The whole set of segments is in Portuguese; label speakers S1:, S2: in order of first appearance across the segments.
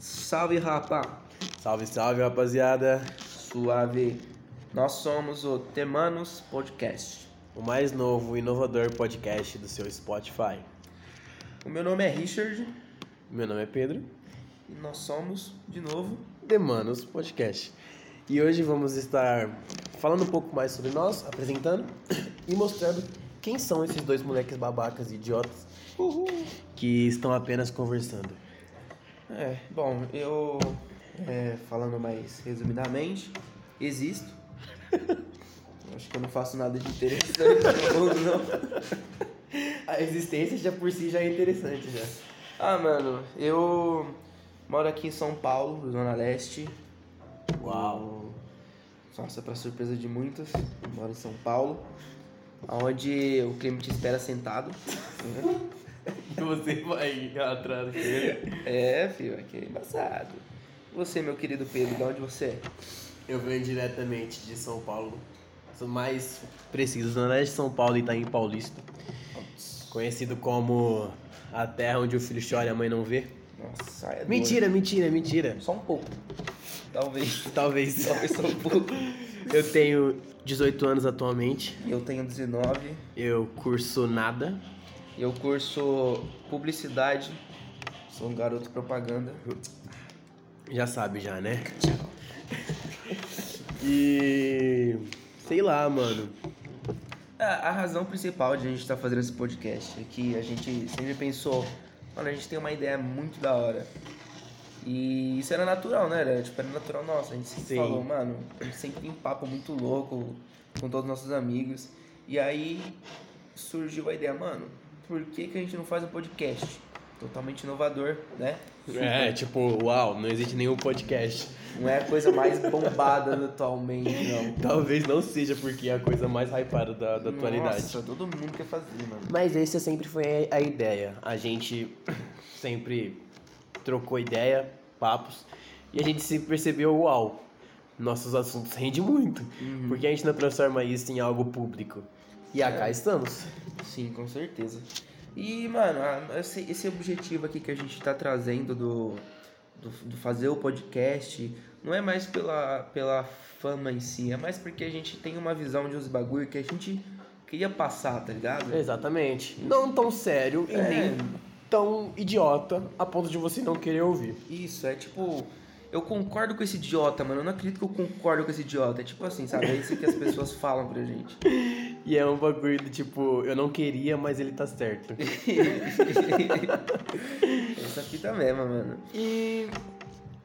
S1: Salve, rapá.
S2: Salve, salve, rapaziada.
S1: Suave. Nós somos o Temanos Podcast.
S2: O mais novo e inovador podcast do seu Spotify.
S1: O meu nome é Richard
S2: Meu nome é Pedro.
S1: e nós somos, de novo,
S2: Demanos Podcast. E hoje vamos estar falando um pouco mais sobre nós, apresentando e mostrando quem são esses dois moleques babacas e idiotas que estão apenas conversando.
S1: É, bom, eu é, falando mais resumidamente, existo. Acho que eu não faço nada de interessante no mundo, não.
S2: A existência já por si já é interessante, né?
S1: Ah, mano, eu moro aqui em São Paulo, Zona Leste.
S2: Uau.
S1: Nossa, pra surpresa de muitos, eu moro em São Paulo, onde o clima te espera sentado.
S2: E você vai atrás dele.
S1: É, filho, aqui é embaçado. Você, meu querido Pedro, de onde você é?
S2: Eu venho diretamente de São Paulo. Sou mais preciso, Zona Leste de São Paulo e Itaim Paulista. Conhecido como a terra onde o filho chora e a mãe não vê.
S1: Nossa, é doido.
S2: Mentira, mentira, mentira.
S1: Só um pouco. Talvez.
S2: Talvez.
S1: Talvez só um pouco.
S2: Eu tenho 18 anos atualmente.
S1: Eu tenho 19.
S2: Eu curso nada.
S1: Eu curso publicidade. Sou um garoto propaganda.
S2: Já sabe já, né? E sei lá, mano.
S1: É, A, a razão principal de a gente estar fazendo esse podcast é que a gente sempre pensou, mano, a gente tem uma ideia muito da hora. E isso era natural, né? Era, tipo, era natural nossa. A gente sempre
S2: Sim.
S1: falou, mano, a gente sempre tem um papo muito louco com todos os nossos amigos. E aí surgiu a ideia, mano, por que, que a gente não faz um podcast? Totalmente inovador, né?
S2: É, tipo, uau, não existe nenhum podcast.
S1: Não é a coisa mais bombada atualmente, não.
S2: Talvez não seja porque é a coisa mais hypada da, da atualidade.
S1: Nossa, todo mundo quer fazer, mano.
S2: Mas essa sempre foi a ideia. A gente sempre trocou ideia, papos, e a gente se percebeu, uau, nossos assuntos rendem muito. Porque a gente não transforma isso em algo público. E acá estamos.
S1: Sim, com certeza. E, mano, a- esse, esse objetivo aqui que a gente tá trazendo do, do, do fazer o podcast não é mais pela, pela fama em si, é mais porque a gente tem uma visão de uns bagulho que a gente queria passar, tá ligado?
S2: É. Exatamente. Não tão sério e
S1: É.
S2: nem tão idiota a ponto de você não querer ouvir.
S1: Isso, é tipo. Eu concordo com esse idiota, mano. Eu não acredito que eu concordo com esse idiota. É tipo assim, sabe? É isso que as pessoas falam pra gente.
S2: E é um bagulho do tipo, eu não queria, mas ele tá certo.
S1: Essa fita mesmo, mano.
S2: E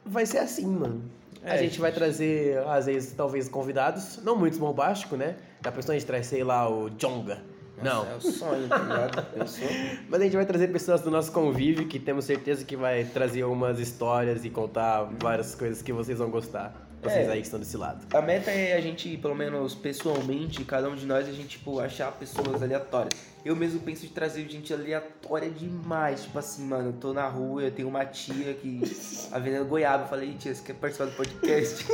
S2: vai ser assim, mano. a
S1: É,
S2: gente vai trazer, às vezes, talvez convidados, não muitos bombásticos, né? Da pessoa a gente traz, sei lá, o Jonga. não.
S1: Nossa, É o sonho, tá ligado? Eu sou.
S2: Mas a gente vai trazer pessoas do nosso convívio que temos certeza que vai trazer algumas histórias e contar várias coisas que vocês vão gostar. Vocês
S1: É.
S2: aí que estão desse lado.
S1: A meta é a gente, pelo menos pessoalmente, cada um de nós, a gente, tipo, achar pessoas aleatórias. Eu mesmo penso em trazer gente aleatória demais. Tipo assim, mano, eu tô na rua, eu tenho uma tia que tá vendendo goiaba. Eu falei, "Ih, tia, você quer participar do podcast?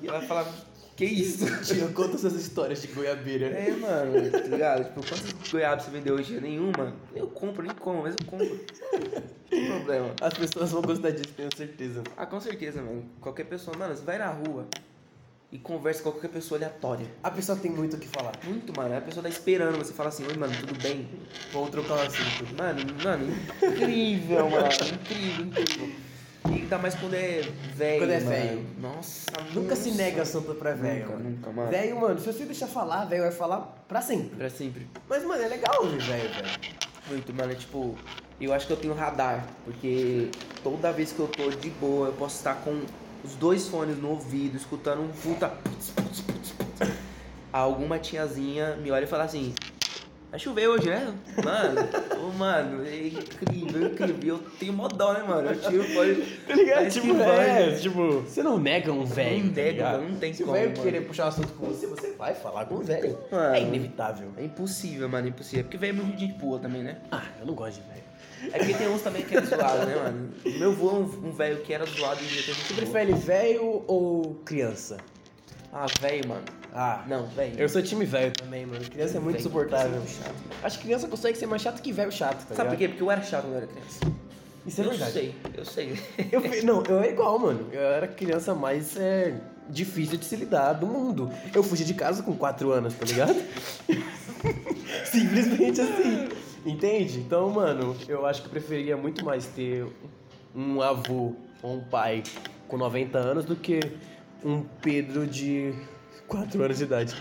S1: e ela fala, que isso?
S2: Tio, conta suas histórias de goiabeira.
S1: É, mano, tá ligado? Tipo, quantas goiabas você vendeu hoje? Nenhuma? Eu compro, nem como, mas eu compro. Não tem problema.
S2: As pessoas vão gostar disso, tenho certeza.
S1: Ah, com certeza, mano. Qualquer pessoa, mano, você vai na rua e conversa com qualquer pessoa aleatória.
S2: A pessoa tem muito o que falar.
S1: Muito, mano. A pessoa tá esperando, você fala assim, oi, mano, tudo bem?
S2: Vamos trocar um assunto.
S1: Mano, mano, incrível, mano. Incrível, incrível. E ainda mais quando é velho.
S2: Quando é
S1: mano.
S2: velho.
S1: Nossa,
S2: Nunca se
S1: nossa.
S2: nega assunto pra velho.
S1: Nunca,
S2: mano.
S1: nunca, mano.
S2: Velho, mano, se você deixar falar, velho vai falar pra sempre.
S1: Pra sempre.
S2: Mas, mano, é legal ouvir velho, velho.
S1: Muito, mano. É tipo, eu acho que eu tenho radar, porque toda vez que eu tô de boa, eu posso estar com os dois fones no ouvido, escutando um puta. putz, putz, putz, putz. Alguma tiazinha me olha e fala assim. Vai chover hoje, né? Mano, ô, mano, é incrível, incrível. E Eu tenho mó dó, né, mano? Eu tiro o fone.
S2: Tá ligado?
S1: parece que
S2: tipo,
S1: vai.
S2: é, tipo, você não nega um velho.
S1: Não nega,
S2: tá ligado?
S1: não tem
S2: se
S1: como,
S2: Se o velho
S1: mano.
S2: querer puxar um assunto com você, você vai falar com o velho.
S1: Mano.
S2: É inevitável.
S1: É impossível, mano, é impossível. Porque veio muito gente boa também, né?
S2: Ah, eu não gosto de velho.
S1: É porque tem uns também que é zoado, né, mano? O meu vô é um, um velho que era zoado e já tem gente
S2: Você
S1: boa.
S2: prefere velho ou criança?
S1: Ah, velho, mano.
S2: Ah,
S1: Não, velho.
S2: Eu sou time velho também, mano. Criança é muito
S1: Velho,
S2: insuportável.
S1: criança é muito chato.
S2: Acho que criança consegue ser mais chato que velho chato, tá
S1: Sabe por
S2: ligado?
S1: quê? Porque eu era chato quando eu era criança.
S2: Isso é
S1: eu
S2: verdade.
S1: sei, eu sei.
S2: Eu fe- não, eu era igual, mano. Eu era a criança mais é, difícil de se lidar do mundo. Eu fugi de casa com 4 anos, tá ligado? Simplesmente assim. Entende? Então, mano, eu acho que eu preferia muito mais ter um avô ou um pai com 90 anos do que um Pedro de 4 anos de idade.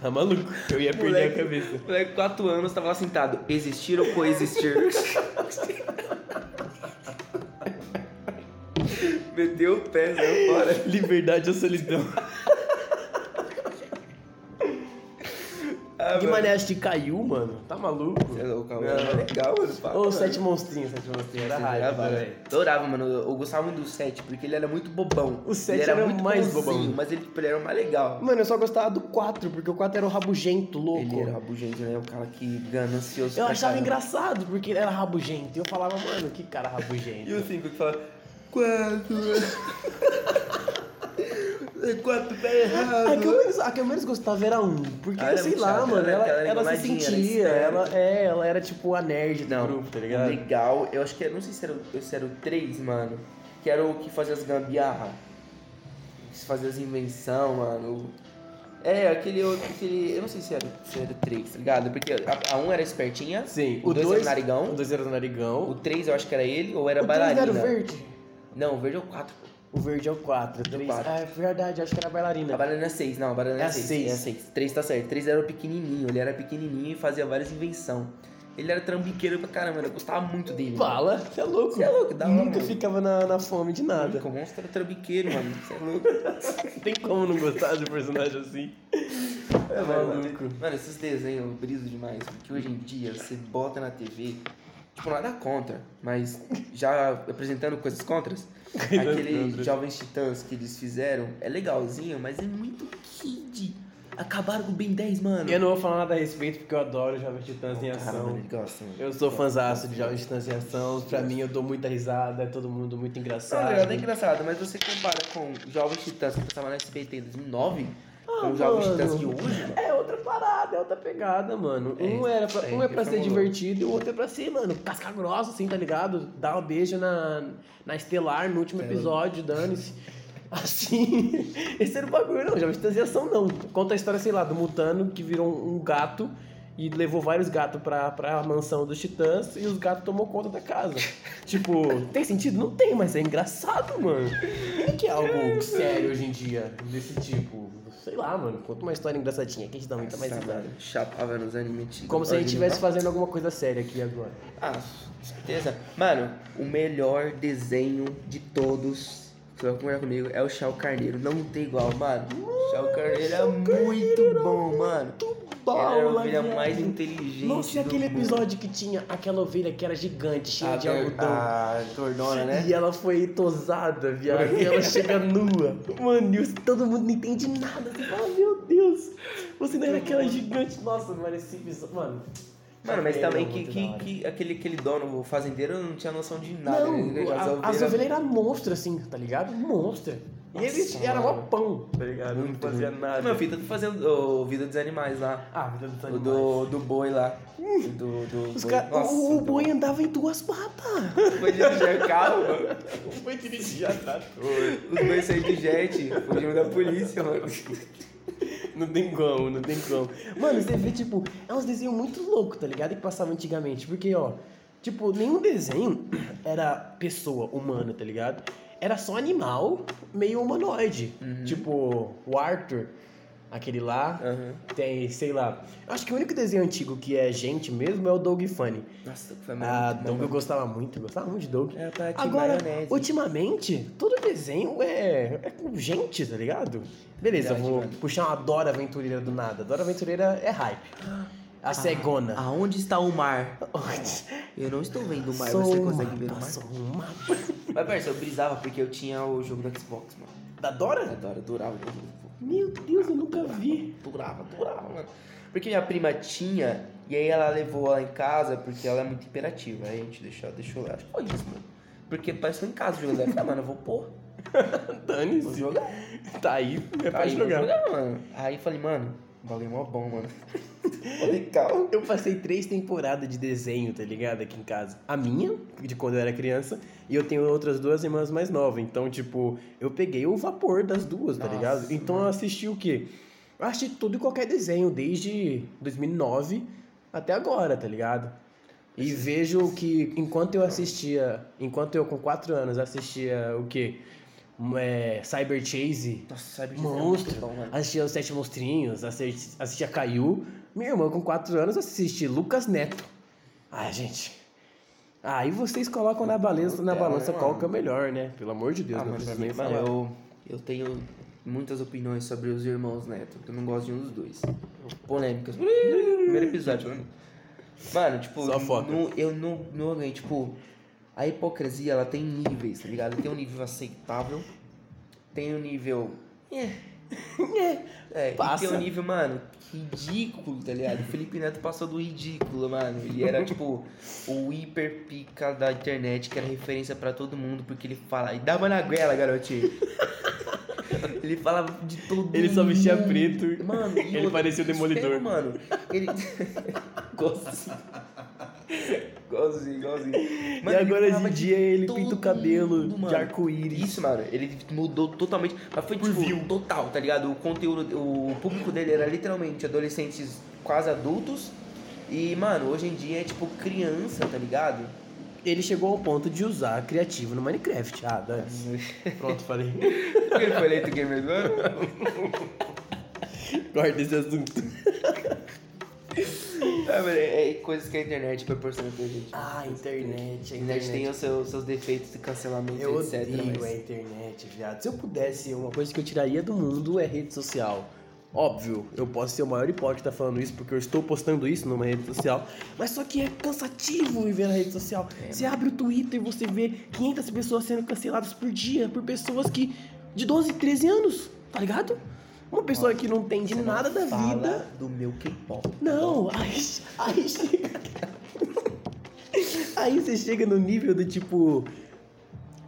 S2: Tá maluco? Eu ia perder
S1: Moleque.
S2: a cabeça.
S1: Moleque, 4 anos, tava lá sentado. Existir ou coexistir? Meteu o pé, saiu fora.
S2: Liberdade ou solidão?
S1: Ah,
S2: Que
S1: mano.
S2: maneira de caiu, mano? Tá maluco?
S1: Ah, Você é louco, mano.
S2: Não.
S1: É legal, mano. fala,
S2: Ou
S1: mano.
S2: Sete Monstrinhos, Sete Monstrinhos. Era raiva,
S1: Adorava,
S2: velho.
S1: Adorava, mano. Eu eu gostava muito do 7, porque ele era muito bobão.
S2: O Sete
S1: Ele
S2: era
S1: muito
S2: mais
S1: bonzinho,
S2: bobão.
S1: Mas ele, tipo, ele era o mais legal.
S2: Mano, eu só gostava do 4, porque o 4 era o rabugento, louco.
S1: Ele era rabugento, né? O cara que ganancioso.
S2: Eu
S1: pra
S2: achava
S1: caramba.
S2: engraçado, porque ele era rabugento. E eu falava, mano, que cara
S1: E o
S2: rabugento.
S1: 5 que fala. Quatro. Quatro tá errado.
S2: Ah, A que, eu menos, a que eu menos gostava era um, porque,
S1: Ah, era
S2: sei
S1: muito
S2: lá,
S1: chato,
S2: mano,
S1: ela-
S2: ela,
S1: ela era
S2: ela, se
S1: mimadinha, era
S2: sentia,
S1: esperta.
S2: ela, é, ela era tipo a nerd do
S1: Não,
S2: grupo, tá ligado?
S1: o legal, eu acho que era, não sei se era, o- se era o 3, mano, que era o que fazia as gambiarra, que fazia as invenção, mano. É, aquele outro, aquele, eu não sei se era, se era o 3, tá ligado? Porque a, a 1 era espertinha,
S2: Sim,
S1: o 2 era o
S2: O
S1: narigão,
S2: 2 era o narigão.
S1: o 3 eu acho que era ele, ou era
S2: o três
S1: bailarina.
S2: era o verde.
S1: Não, o verde é o 4.
S2: O verde é o
S1: É
S2: 4.
S1: o
S2: 3...
S1: quatro.
S2: Ah, é verdade, acho que era a
S1: A
S2: bailarina.
S1: bailarina é 6, não, a bailarina
S2: É
S1: é
S2: a
S1: 6.
S2: seis.
S1: É a 6. 3 tá certo, 3 era o pequenininho, ele era pequenininho e fazia várias invenção. Ele era trambiqueiro pra caramba, eu gostava muito dele. mano.
S2: Bala, você é louco.
S1: Cê é louco, da hora,
S2: Nunca
S1: mano.
S2: ficava na, na fome de nada.
S1: Nunca, o monstro é era trambiqueiro, mano. Você é louco.
S2: Não tem como não gostar de um personagem assim. É maluco.
S1: Mano, mano, esses desenhos eu briso demais. Porque hoje em dia você bota na TV, tipo, nada contra, mas já apresentando coisas contras, aquele
S2: contra.
S1: Jovens Titãs que eles fizeram é legalzinho, mas é muito kid. Acabaram com o Ben 10, mano.
S2: Eu não vou falar nada a respeito porque eu adoro Jovens Titãs em
S1: Cara, mano,
S2: ação.
S1: ele gosta, mano.
S2: Eu sou fãzaço de Jovens Titãs em ação. Pra mim, eu dou muita risada, é todo mundo muito engraçado.
S1: Olha, é engraçado, mas você compara com Jovens Titãs que tá passava na SBT em 2009 com
S2: Ah,
S1: os Jovens Titãs
S2: mano.
S1: de assim hoje.
S2: É outra parada, é outra pegada, mano.
S1: É,
S2: um, era pra-
S1: é,
S2: um é pra ser
S1: reformulou.
S2: divertido e o outro é pra ser, mano, casca grossa, assim, tá ligado? Dar um beijo na, na Estelar no último episódio, dane-se. Assim, esse era o bagulho, não, Jovens Titãs em ação não. Conta a história, sei lá, do Mutano que virou um gato e levou vários gatos pra, pra mansão dos Titãs e os gatos tomou conta da casa. tipo, tem sentido? Não tem, mas é engraçado, mano. O que é algo sério hoje em dia desse tipo? Sei lá, mano, conta uma história engraçadinha que a gente dá muita mais
S1: Nossa,
S2: risada.
S1: mano, tá Chapava nos animes antigos.
S2: Como se a gente
S1: Anime
S2: estivesse fazendo alguma coisa séria aqui agora.
S1: Ah, com certeza. Mano, o melhor desenho de todos, você vai concordar comigo, é o Chao Carneiro. Não tem igual, mano. Chao Carneiro é muito bom, mano. Ela era a ovelha mais inteligente.
S2: Nossa, e
S1: do
S2: aquele
S1: mundo.
S2: episódio que tinha aquela ovelha que era gigante, cheia
S1: a,
S2: de
S1: tor-
S2: algodão.
S1: a Tordona, ah, né?
S2: E ela foi tosada, viado. E ela chega nua. Mano, e os- todo mundo não entende nada. Você fala, "Ah, meu Deus, você não era aquela gigante. Nossa, mano, esse episódio. Mano.
S1: Mano, mas
S2: era
S1: também que,
S2: É, muito da
S1: que,
S2: hora.
S1: que aquele, aquele dono, o fazendeiro, não tinha noção de nada. né?
S2: Não, a- as ovelhas eram monstro, assim, tá ligado? Monstra. E eles
S1: Nossa,
S2: eram
S1: mano.
S2: mó pão, tá ligado? Não fazia nada.
S1: Meu filho, tá fazendo o Vida dos Animais lá.
S2: Ah, vida dos
S1: O
S2: animais.
S1: do, do boi lá. Do, do
S2: Os
S1: boi.
S2: ca-
S1: Nossa,
S2: o, o
S1: do-
S2: boi andava em duas patas.
S1: Foi dirigir o carro, mano.
S2: o boi dirigia a
S1: Os dois saíram de jet, fugiram da polícia, mano.
S2: Não tem como, não tem como. Mano, você vê, tipo, é uns desenhos muito loucos, tá ligado? Que passava antigamente. Porque, ó, tipo, nenhum desenho era pessoa humana, tá ligado? Era só animal meio humanoide. Tipo, o Arthur, aquele lá.
S1: Aham.
S2: Tem, sei lá. Eu acho que o único desenho antigo que é gente mesmo é o Doug Funny.
S1: Nossa, foi
S2: Ah,
S1: é muito bom,
S2: Doug eu
S1: mano.
S2: gostava muito, gostava muito de Doug.
S1: É pra te
S2: Agora,
S1: maionese.
S2: ultimamente, todo desenho é, é com gente, tá ligado? Beleza,
S1: Verdade,
S2: eu vou
S1: mano.
S2: puxar uma Dora Aventureira do nada. Dora Aventureira é hype. A cegona.
S1: Aonde está o mar? Eu não estou vendo o mar,
S2: Sou
S1: você
S2: um
S1: consegue
S2: mapa,
S1: ver o mar?
S2: sou um mapa.
S1: Mas, parça, eu brisava porque eu tinha o jogo do Xbox, mano.
S2: Da
S1: Eu
S2: Dora?
S1: adoro, adorava o jogo.
S2: Meu Deus, eu nunca vi.
S1: Adorava, adorava, mano. Porque minha prima tinha, e aí ela levou lá em casa, porque ela é muito imperativa. Aí a gente deixou, deixou lá. Acho que foi isso, mano. Porque parece em casa jogando. Eu falei, ah, mano, eu vou pôr. Vou
S2: Dane-se.
S1: jogar.
S2: Tá aí, é pra
S1: aí, vou
S2: jogar.
S1: mano. Aí eu falei, mano, O bagulho é mó bom, mano. Olha carro.
S2: Eu passei três temporadas de desenho, tá ligado? Aqui em casa. A minha, de quando eu era criança, e eu tenho outras duas irmãs mais novas. Então, tipo, eu peguei o vapor das duas, tá
S1: Nossa,
S2: ligado? Então eu assisti o quê? Eu assisti tudo e qualquer desenho, desde 2009 até agora, tá ligado? E vejo que enquanto eu assistia, enquanto eu com 4 anos assistia o quê? Um, É, Cyber Chase,
S1: Nossa, sabe que
S2: Monstro.
S1: é muito bom, mano.
S2: assistia Os Sete Monstrinhos, assisti- assistia Caiu. Minha irmã, com 4 anos, assiste Lucas Neto. Ai, gente. Aí vocês colocam na balança, na
S1: É,
S2: balança
S1: mano.
S2: qual que é o melhor, né? Pelo amor de Deus,
S1: Ah,
S2: não
S1: mas pra
S2: preciso
S1: mim,
S2: nem
S1: mano,
S2: falar. Eu...
S1: eu, eu tenho muitas opiniões sobre os irmãos Neto, que eu não gosto de um dos dois. Polêmicas. Primeiro episódio. Mano, Mano, tipo,
S2: Só foca.
S1: não- eu não, não ganhei, tipo, a hipocrisia ela tem níveis, tá ligado? Tem um nível aceitável, tem um nível. É. É, e
S2: Passa.
S1: tem um nível, mano, ridículo, tá ligado? O Felipe Neto passou do ridículo, mano. Ele era, tipo, o hiper pica da internet, que era referência pra todo mundo, porque ele fala, e dava na guela, garotinho. ele falava de todo
S2: Ele só vestia
S1: mundo.
S2: preto.
S1: Mano, e
S2: Ele
S1: outra-
S2: parecia o Demolidor.
S1: espera, mano. Ele. Gosto. Igualzinho, igualzinho.
S2: e agora hoje
S1: falava
S2: em
S1: de
S2: dia ele pinta o
S1: todo
S2: cabelo
S1: mundo,
S2: de
S1: mano.
S2: arco-íris.
S1: Isso, mano, ele mudou totalmente. Mas foi tipo, total, tá ligado? O conteúdo, o público dele era literalmente adolescentes quase adultos. E, mano, hoje em dia é tipo criança, tá ligado?
S2: Ele chegou ao ponto de usar criativo no Minecraft. Ah, dane Pronto, falei.
S1: Ele foi eleito gamer do ano?
S2: Corta esse assunto.
S1: É, mano, é, é coisas que a internet proporciona pra gente.
S2: Ah, internet,
S1: A internet tem os seus, seus defeitos de cancelamento,
S2: Eu
S1: etc.
S2: odeio é.
S1: mas-
S2: a internet, viado. Se eu pudesse, uma coisa que eu tiraria do mundo é rede social. Óbvio, eu posso ser o maior hipócrita tá falando isso porque eu estou postando isso numa rede social, mas só que é cansativo viver na rede social.
S1: É, né?
S2: você abre o Twitter e você vê 500 pessoas sendo canceladas por dia por pessoas que de 12, 13 anos, tá ligado? Uma pessoa que não entende
S1: Você não
S2: nada da
S1: fala
S2: vida.
S1: do meu K-pop.
S2: Não, aí, aí chega. Aí você chega no nível do tipo.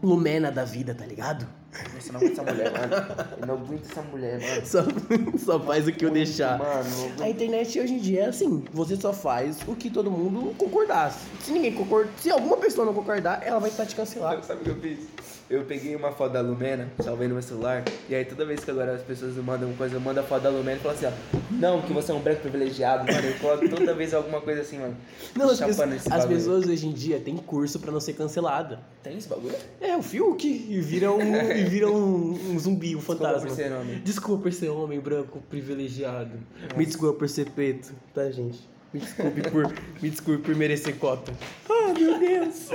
S2: Lumena da vida, tá ligado?
S1: Nossa, não aguento essa mulher, mano. Eu não aguento essa mulher, mano.
S2: Só, só faz o que eu deixar.
S1: Mano, não aguento.
S2: A internet hoje em dia é assim: você só faz o que todo mundo concordasse. Se ninguém concordar, se alguma pessoa não concordar, ela vai tentar te cancelar.
S1: Sabe o que eu fiz? Eu peguei uma foto da Lumena, salvei no meu celular, e aí toda vez que agora as pessoas me mandam uma coisa, eu mando a foto da Lumena e falo assim, ó, não, que você é um branco privilegiado, mano. Eu coloco toda vez alguma coisa assim, mano.
S2: Não, as,
S1: Chapando
S2: pessoas-
S1: esse
S2: as
S1: bagulho.
S2: pessoas hoje em dia têm curso pra não ser cancelada.
S1: Tem esse bagulho?
S2: É, o Fiuk e vira um, e vira um, um zumbi, um fantasma.
S1: por ser homem.
S2: Desculpa por ser homem branco privilegiado. Me desculpa por ser preto, tá, gente? Me desculpe por, me desculpe por merecer cota. Ah, meu Deus.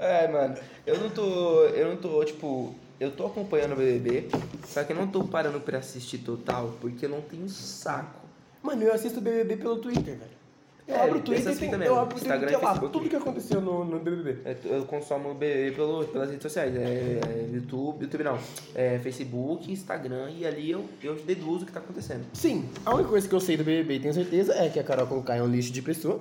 S1: É, mano, eu não tô. Eu não tô, tipo. Eu tô acompanhando o BBB, só que eu não tô parando pra assistir total, porque eu não tenho saco.
S2: Mano, eu assisto o BBB pelo Twitter, velho. Eu
S1: É,
S2: abro o
S1: eu
S2: Twitter,
S1: assisto
S2: tem,
S1: também,
S2: eu abro o Twitter
S1: Instagram
S2: e tem
S1: e
S2: lá
S1: Facebook.
S2: tudo que aconteceu no, no BBB.
S1: É, Eu, eu consumo o BBB pelo, pelas redes sociais, é, é, YouTube, YouTube não, é, Facebook, Instagram, e ali eu, eu deduzo o que tá acontecendo.
S2: Sim, a única coisa que eu sei do BBB e tenho certeza é que a Carol Conká é um lixo de pessoa.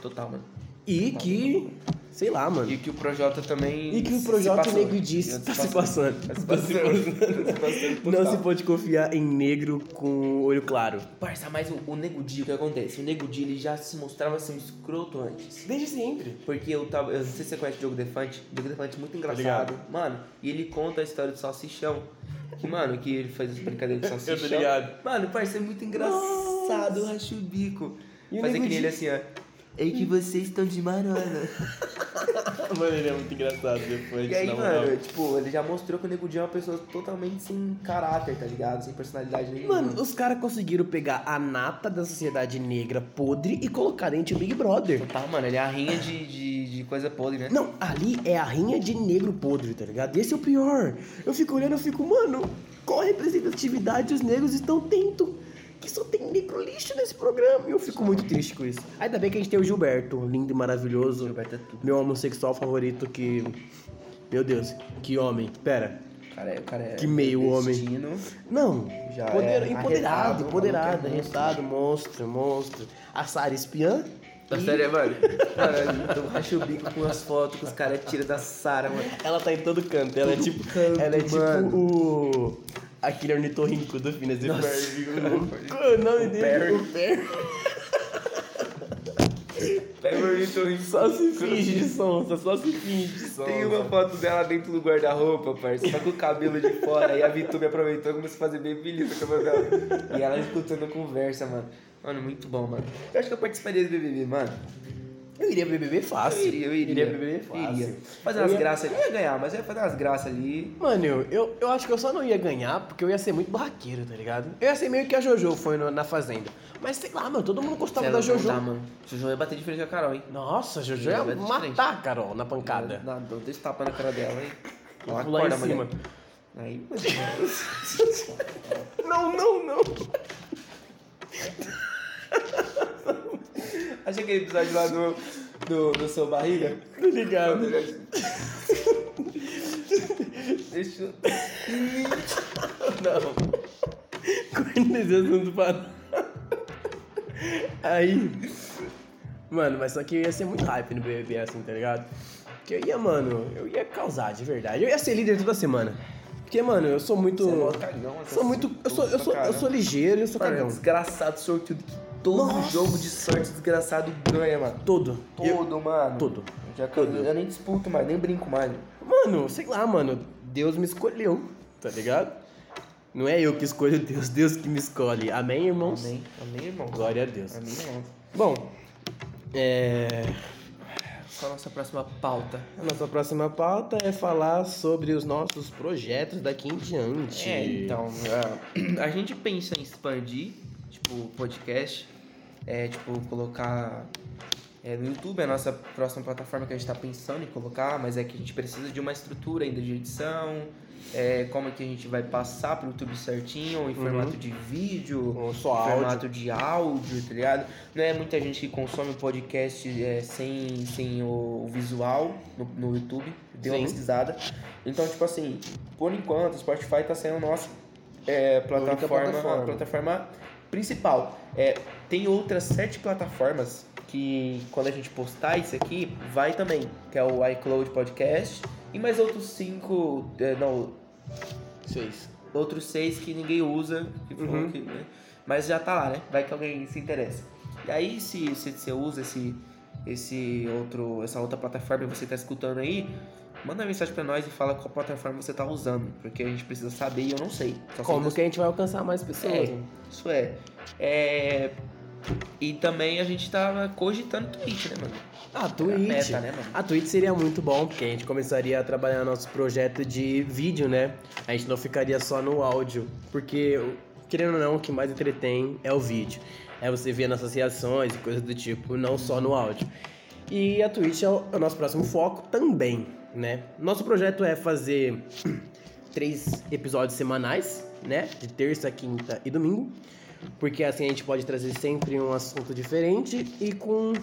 S1: Total, mano.
S2: E que, sei lá, mano.
S1: Tá E que o Projota também.
S2: E que o
S1: se
S2: Projota
S1: passou.
S2: Negro disse tá se passando.
S1: Tá se passando. Tá se passando.
S2: Não
S1: total.
S2: se pode confiar em negro com olho claro.
S1: Parça, mas o, o Nego Di, o que acontece? O Nego Di, ele já se mostrava ser um escroto antes.
S2: Desde sempre.
S1: Porque eu tava. Eu não sei se você conhece o Diogo Defante. O Diogo Defante é muito engraçado.
S2: ligado.
S1: Mano, e ele conta a história do salsichão. Que, mano, que ele faz as brincadeiras de salsichão.
S2: Tá ligado.
S1: Mano, parça, é muito engraçado. Eu racho o bico.
S2: E o
S1: Fazer
S2: Nego
S1: que nem
S2: Di?
S1: ele assim, ó. É que vocês estão de marona.
S2: Mano, ele é muito engraçado depois.
S1: E aí, mano, tipo, ele já mostrou que o Nego Di é uma pessoa totalmente sem caráter, tá ligado? Sem personalidade nenhuma.
S2: Mano, os caras conseguiram pegar a nata da sociedade negra podre e colocar dentro do Big Brother.
S1: Tá, mano, ele é a rinha de, de, de coisa podre, né?
S2: Não, ali é a rinha de negro podre, tá ligado? Esse é o pior. Eu fico olhando, eu fico, mano, qual a representatividade os negros estão tendo? Que só tem negro lixo nesse programa. E eu fico muito triste com isso. Ainda bem que a gente tem o Gilberto, lindo e maravilhoso.
S1: Gilberto é tudo.
S2: Meu homossexual favorito que. Meu Deus, que homem. Pera.
S1: O cara é, o cara é
S2: Que meio homem.
S1: destino.
S2: Não,
S1: Já
S2: poder-
S1: é
S2: empoderado,
S1: arretado,
S2: empoderado,
S1: maluco, é
S2: arretado, monstro, monstro. A Sara espiã?
S1: Tá sério, mano? Mano, eu racho o bico com as fotos que os caras tiram da Sara, mano.
S2: Ela tá em todo canto, ela é tipo.
S1: canto,
S2: ela é tipo
S1: mano.
S2: o. Aquele ornitorrinco do Finas e
S1: Nossa,
S2: Ferb. é O nome dele?
S1: Perry.
S2: O Perry.
S1: Pega o ornitorrinco.
S2: Só se finge de sonsa, só se finge de sonsa.
S1: Tem uma foto dela dentro do guarda-roupa, parceiro, só com o cabelo de fora. e a Vitube aproveitou e começou a fazer bem feliz com o cabelo dela. E ela escutando a conversa, mano. Mano, muito bom, mano. Eu acho que eu participaria do BBB, mano.
S2: Eu iria BBB fácil.
S1: Eu iria, eu iria.
S2: BBB fácil.
S1: Iria. Fazer
S2: Eu
S1: umas
S2: ia-
S1: graças ali. Eu ia ganhar, mas eu ia fazer umas graças ali.
S2: Mano, eu, eu acho que eu só não ia ganhar porque eu ia ser muito barraqueiro, tá ligado? Eu ia ser meio que a Jojo foi no- na Fazenda. Mas sei lá, mano, todo mundo gostava
S1: Sei
S2: da
S1: lá, é não
S2: Jojo.
S1: dá, mano. Jojo ia bater de frente com a Carol, hein?
S2: Nossa, a Jojo
S1: Ela
S2: ia
S1: vai de
S2: matar a Carol na pancada.
S1: Nada, dou dois tapas na cara dela, hein? Ela
S2: É. Vou lá em
S1: acorda,
S2: cima.
S1: mano. Aí, mano.
S2: Não, não, não.
S1: Achei aquele episódio lá do, do, do Sou Barriga.
S2: Tá ligado?
S1: Deixa eu...
S2: Não. Correndo esse assunto pra lá. Aí. Mano, mas só que eu ia ser muito hype no BBB assim, tá ligado? Que eu ia, mano, eu ia causar de verdade. Eu ia ser líder toda semana. Porque, mano, eu sou muito.
S1: Você é mó cagão, você
S2: sou
S1: é
S2: muito. Eu sou, eu
S1: pra
S2: sou, eu
S1: caramba.
S2: sou ligeiro e eu sou
S1: Mano, é um
S2: cagão.
S1: desgraçado sortudo que todo
S2: tá Nossa.
S1: jogo de sorte desgraçado ganha, mano.
S2: Todo.
S1: Todo,
S2: Eu-
S1: mano.
S2: todo.
S1: Já que eu- Eu nem disputo mais, nem brinco mais.
S2: Mano, sei lá, mano. Deus me escolheu, tá ligado? Não é eu que escolho Deus, Deus que me escolhe. Amém, irmãos?
S1: Amém. Amém, irmão.
S2: Glória a Deus.
S1: Amém, irmão.
S2: Bom, é.
S1: Qual a nossa próxima pauta?
S2: A nossa próxima pauta é falar sobre os nossos projetos daqui em diante.
S1: É, então, é, a gente pensa em expandir, tipo, o podcast, é, tipo, colocar é, no YouTube, é a nossa próxima plataforma que a gente tá pensando em colocar, mas é que a gente precisa de uma estrutura ainda de edição, é, como é que a gente vai passar pro YouTube certinho, em formato de vídeo,
S2: Ou só
S1: em formato de áudio, tá ligado? Não é muita gente que consome podcast é, sem, sem o, o visual no, no YouTube, deu
S2: Sim.
S1: uma pesquisada. Então, tipo assim, por enquanto, o Spotify tá sendo nosso é, plataforma,
S2: plataforma.
S1: plataforma. principal. É, tem outras sete plataformas que quando a gente postar isso aqui, vai também, que é o iCloud Podcast e mais outros cinco, é, não,
S2: Seis.
S1: outros seis que ninguém usa, que foram
S2: Uhum.
S1: que, né? mas já tá lá, né? Vai que alguém se interessa. E aí, se, se você usa esse, esse outro, essa outra plataforma e você tá escutando aí, manda uma mensagem pra nós e fala qual plataforma você tá usando, porque a gente precisa saber e eu não sei. Só sei
S2: Como
S1: das-
S2: que a gente vai alcançar mais pessoas?
S1: É. Isso é. É, E também a gente tava cogitando Twitch, né, mano?
S2: A
S1: Era
S2: Ah, Twitch.
S1: meta, né, mano?
S2: A Twitch seria muito bom, porque a gente começaria a trabalhar nosso projeto de vídeo, né? A gente não ficaria só no áudio, porque, querendo ou não, o que mais entretém é o vídeo. É você ver nas associações e coisas do tipo, não só no áudio. E a Twitch é o é o nosso próximo foco também, né? Nosso projeto é fazer três episódios semanais, né? De terça, quinta e domingo. Porque assim a gente pode trazer sempre um assunto diferente e com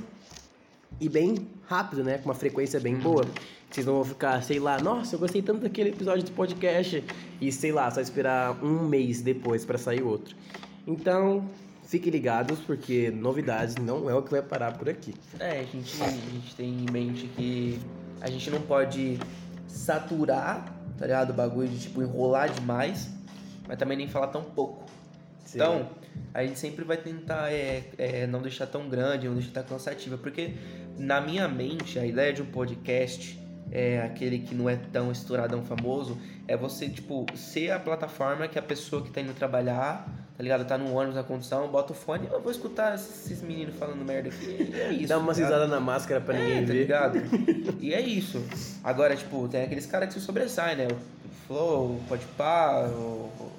S2: e bem rápido, né? Com uma frequência bem boa.
S1: Uhum.
S2: Vocês não vão ficar, sei lá, nossa, eu gostei tanto daquele episódio do podcast e sei lá, só esperar um mês depois pra sair outro. Então, fiquem ligados porque novidades não é o que vai parar por aqui.
S1: É, a gente, a gente tem em mente que a gente não pode saturar, tá ligado? O bagulho de tipo enrolar demais, mas também nem falar tão pouco. Então, a gente sempre vai tentar é, é, não deixar tão grande, não deixar tão cansativa, porque na minha mente a ideia de um podcast, é aquele que não é tão estouradão famoso, é você, tipo, ser a plataforma que a pessoa que tá indo trabalhar, tá ligado? Tá no ônibus na condução, bota o fone, eu vou escutar esses meninos falando merda aqui. e É isso.
S2: dá uma
S1: tá ligado?
S2: risada na máscara pra ninguém
S1: É, tá
S2: ver.
S1: ligado? e é isso. Agora, tipo, tem aqueles caras que se sobressaem, né? O Flow, o Podpah, o, o,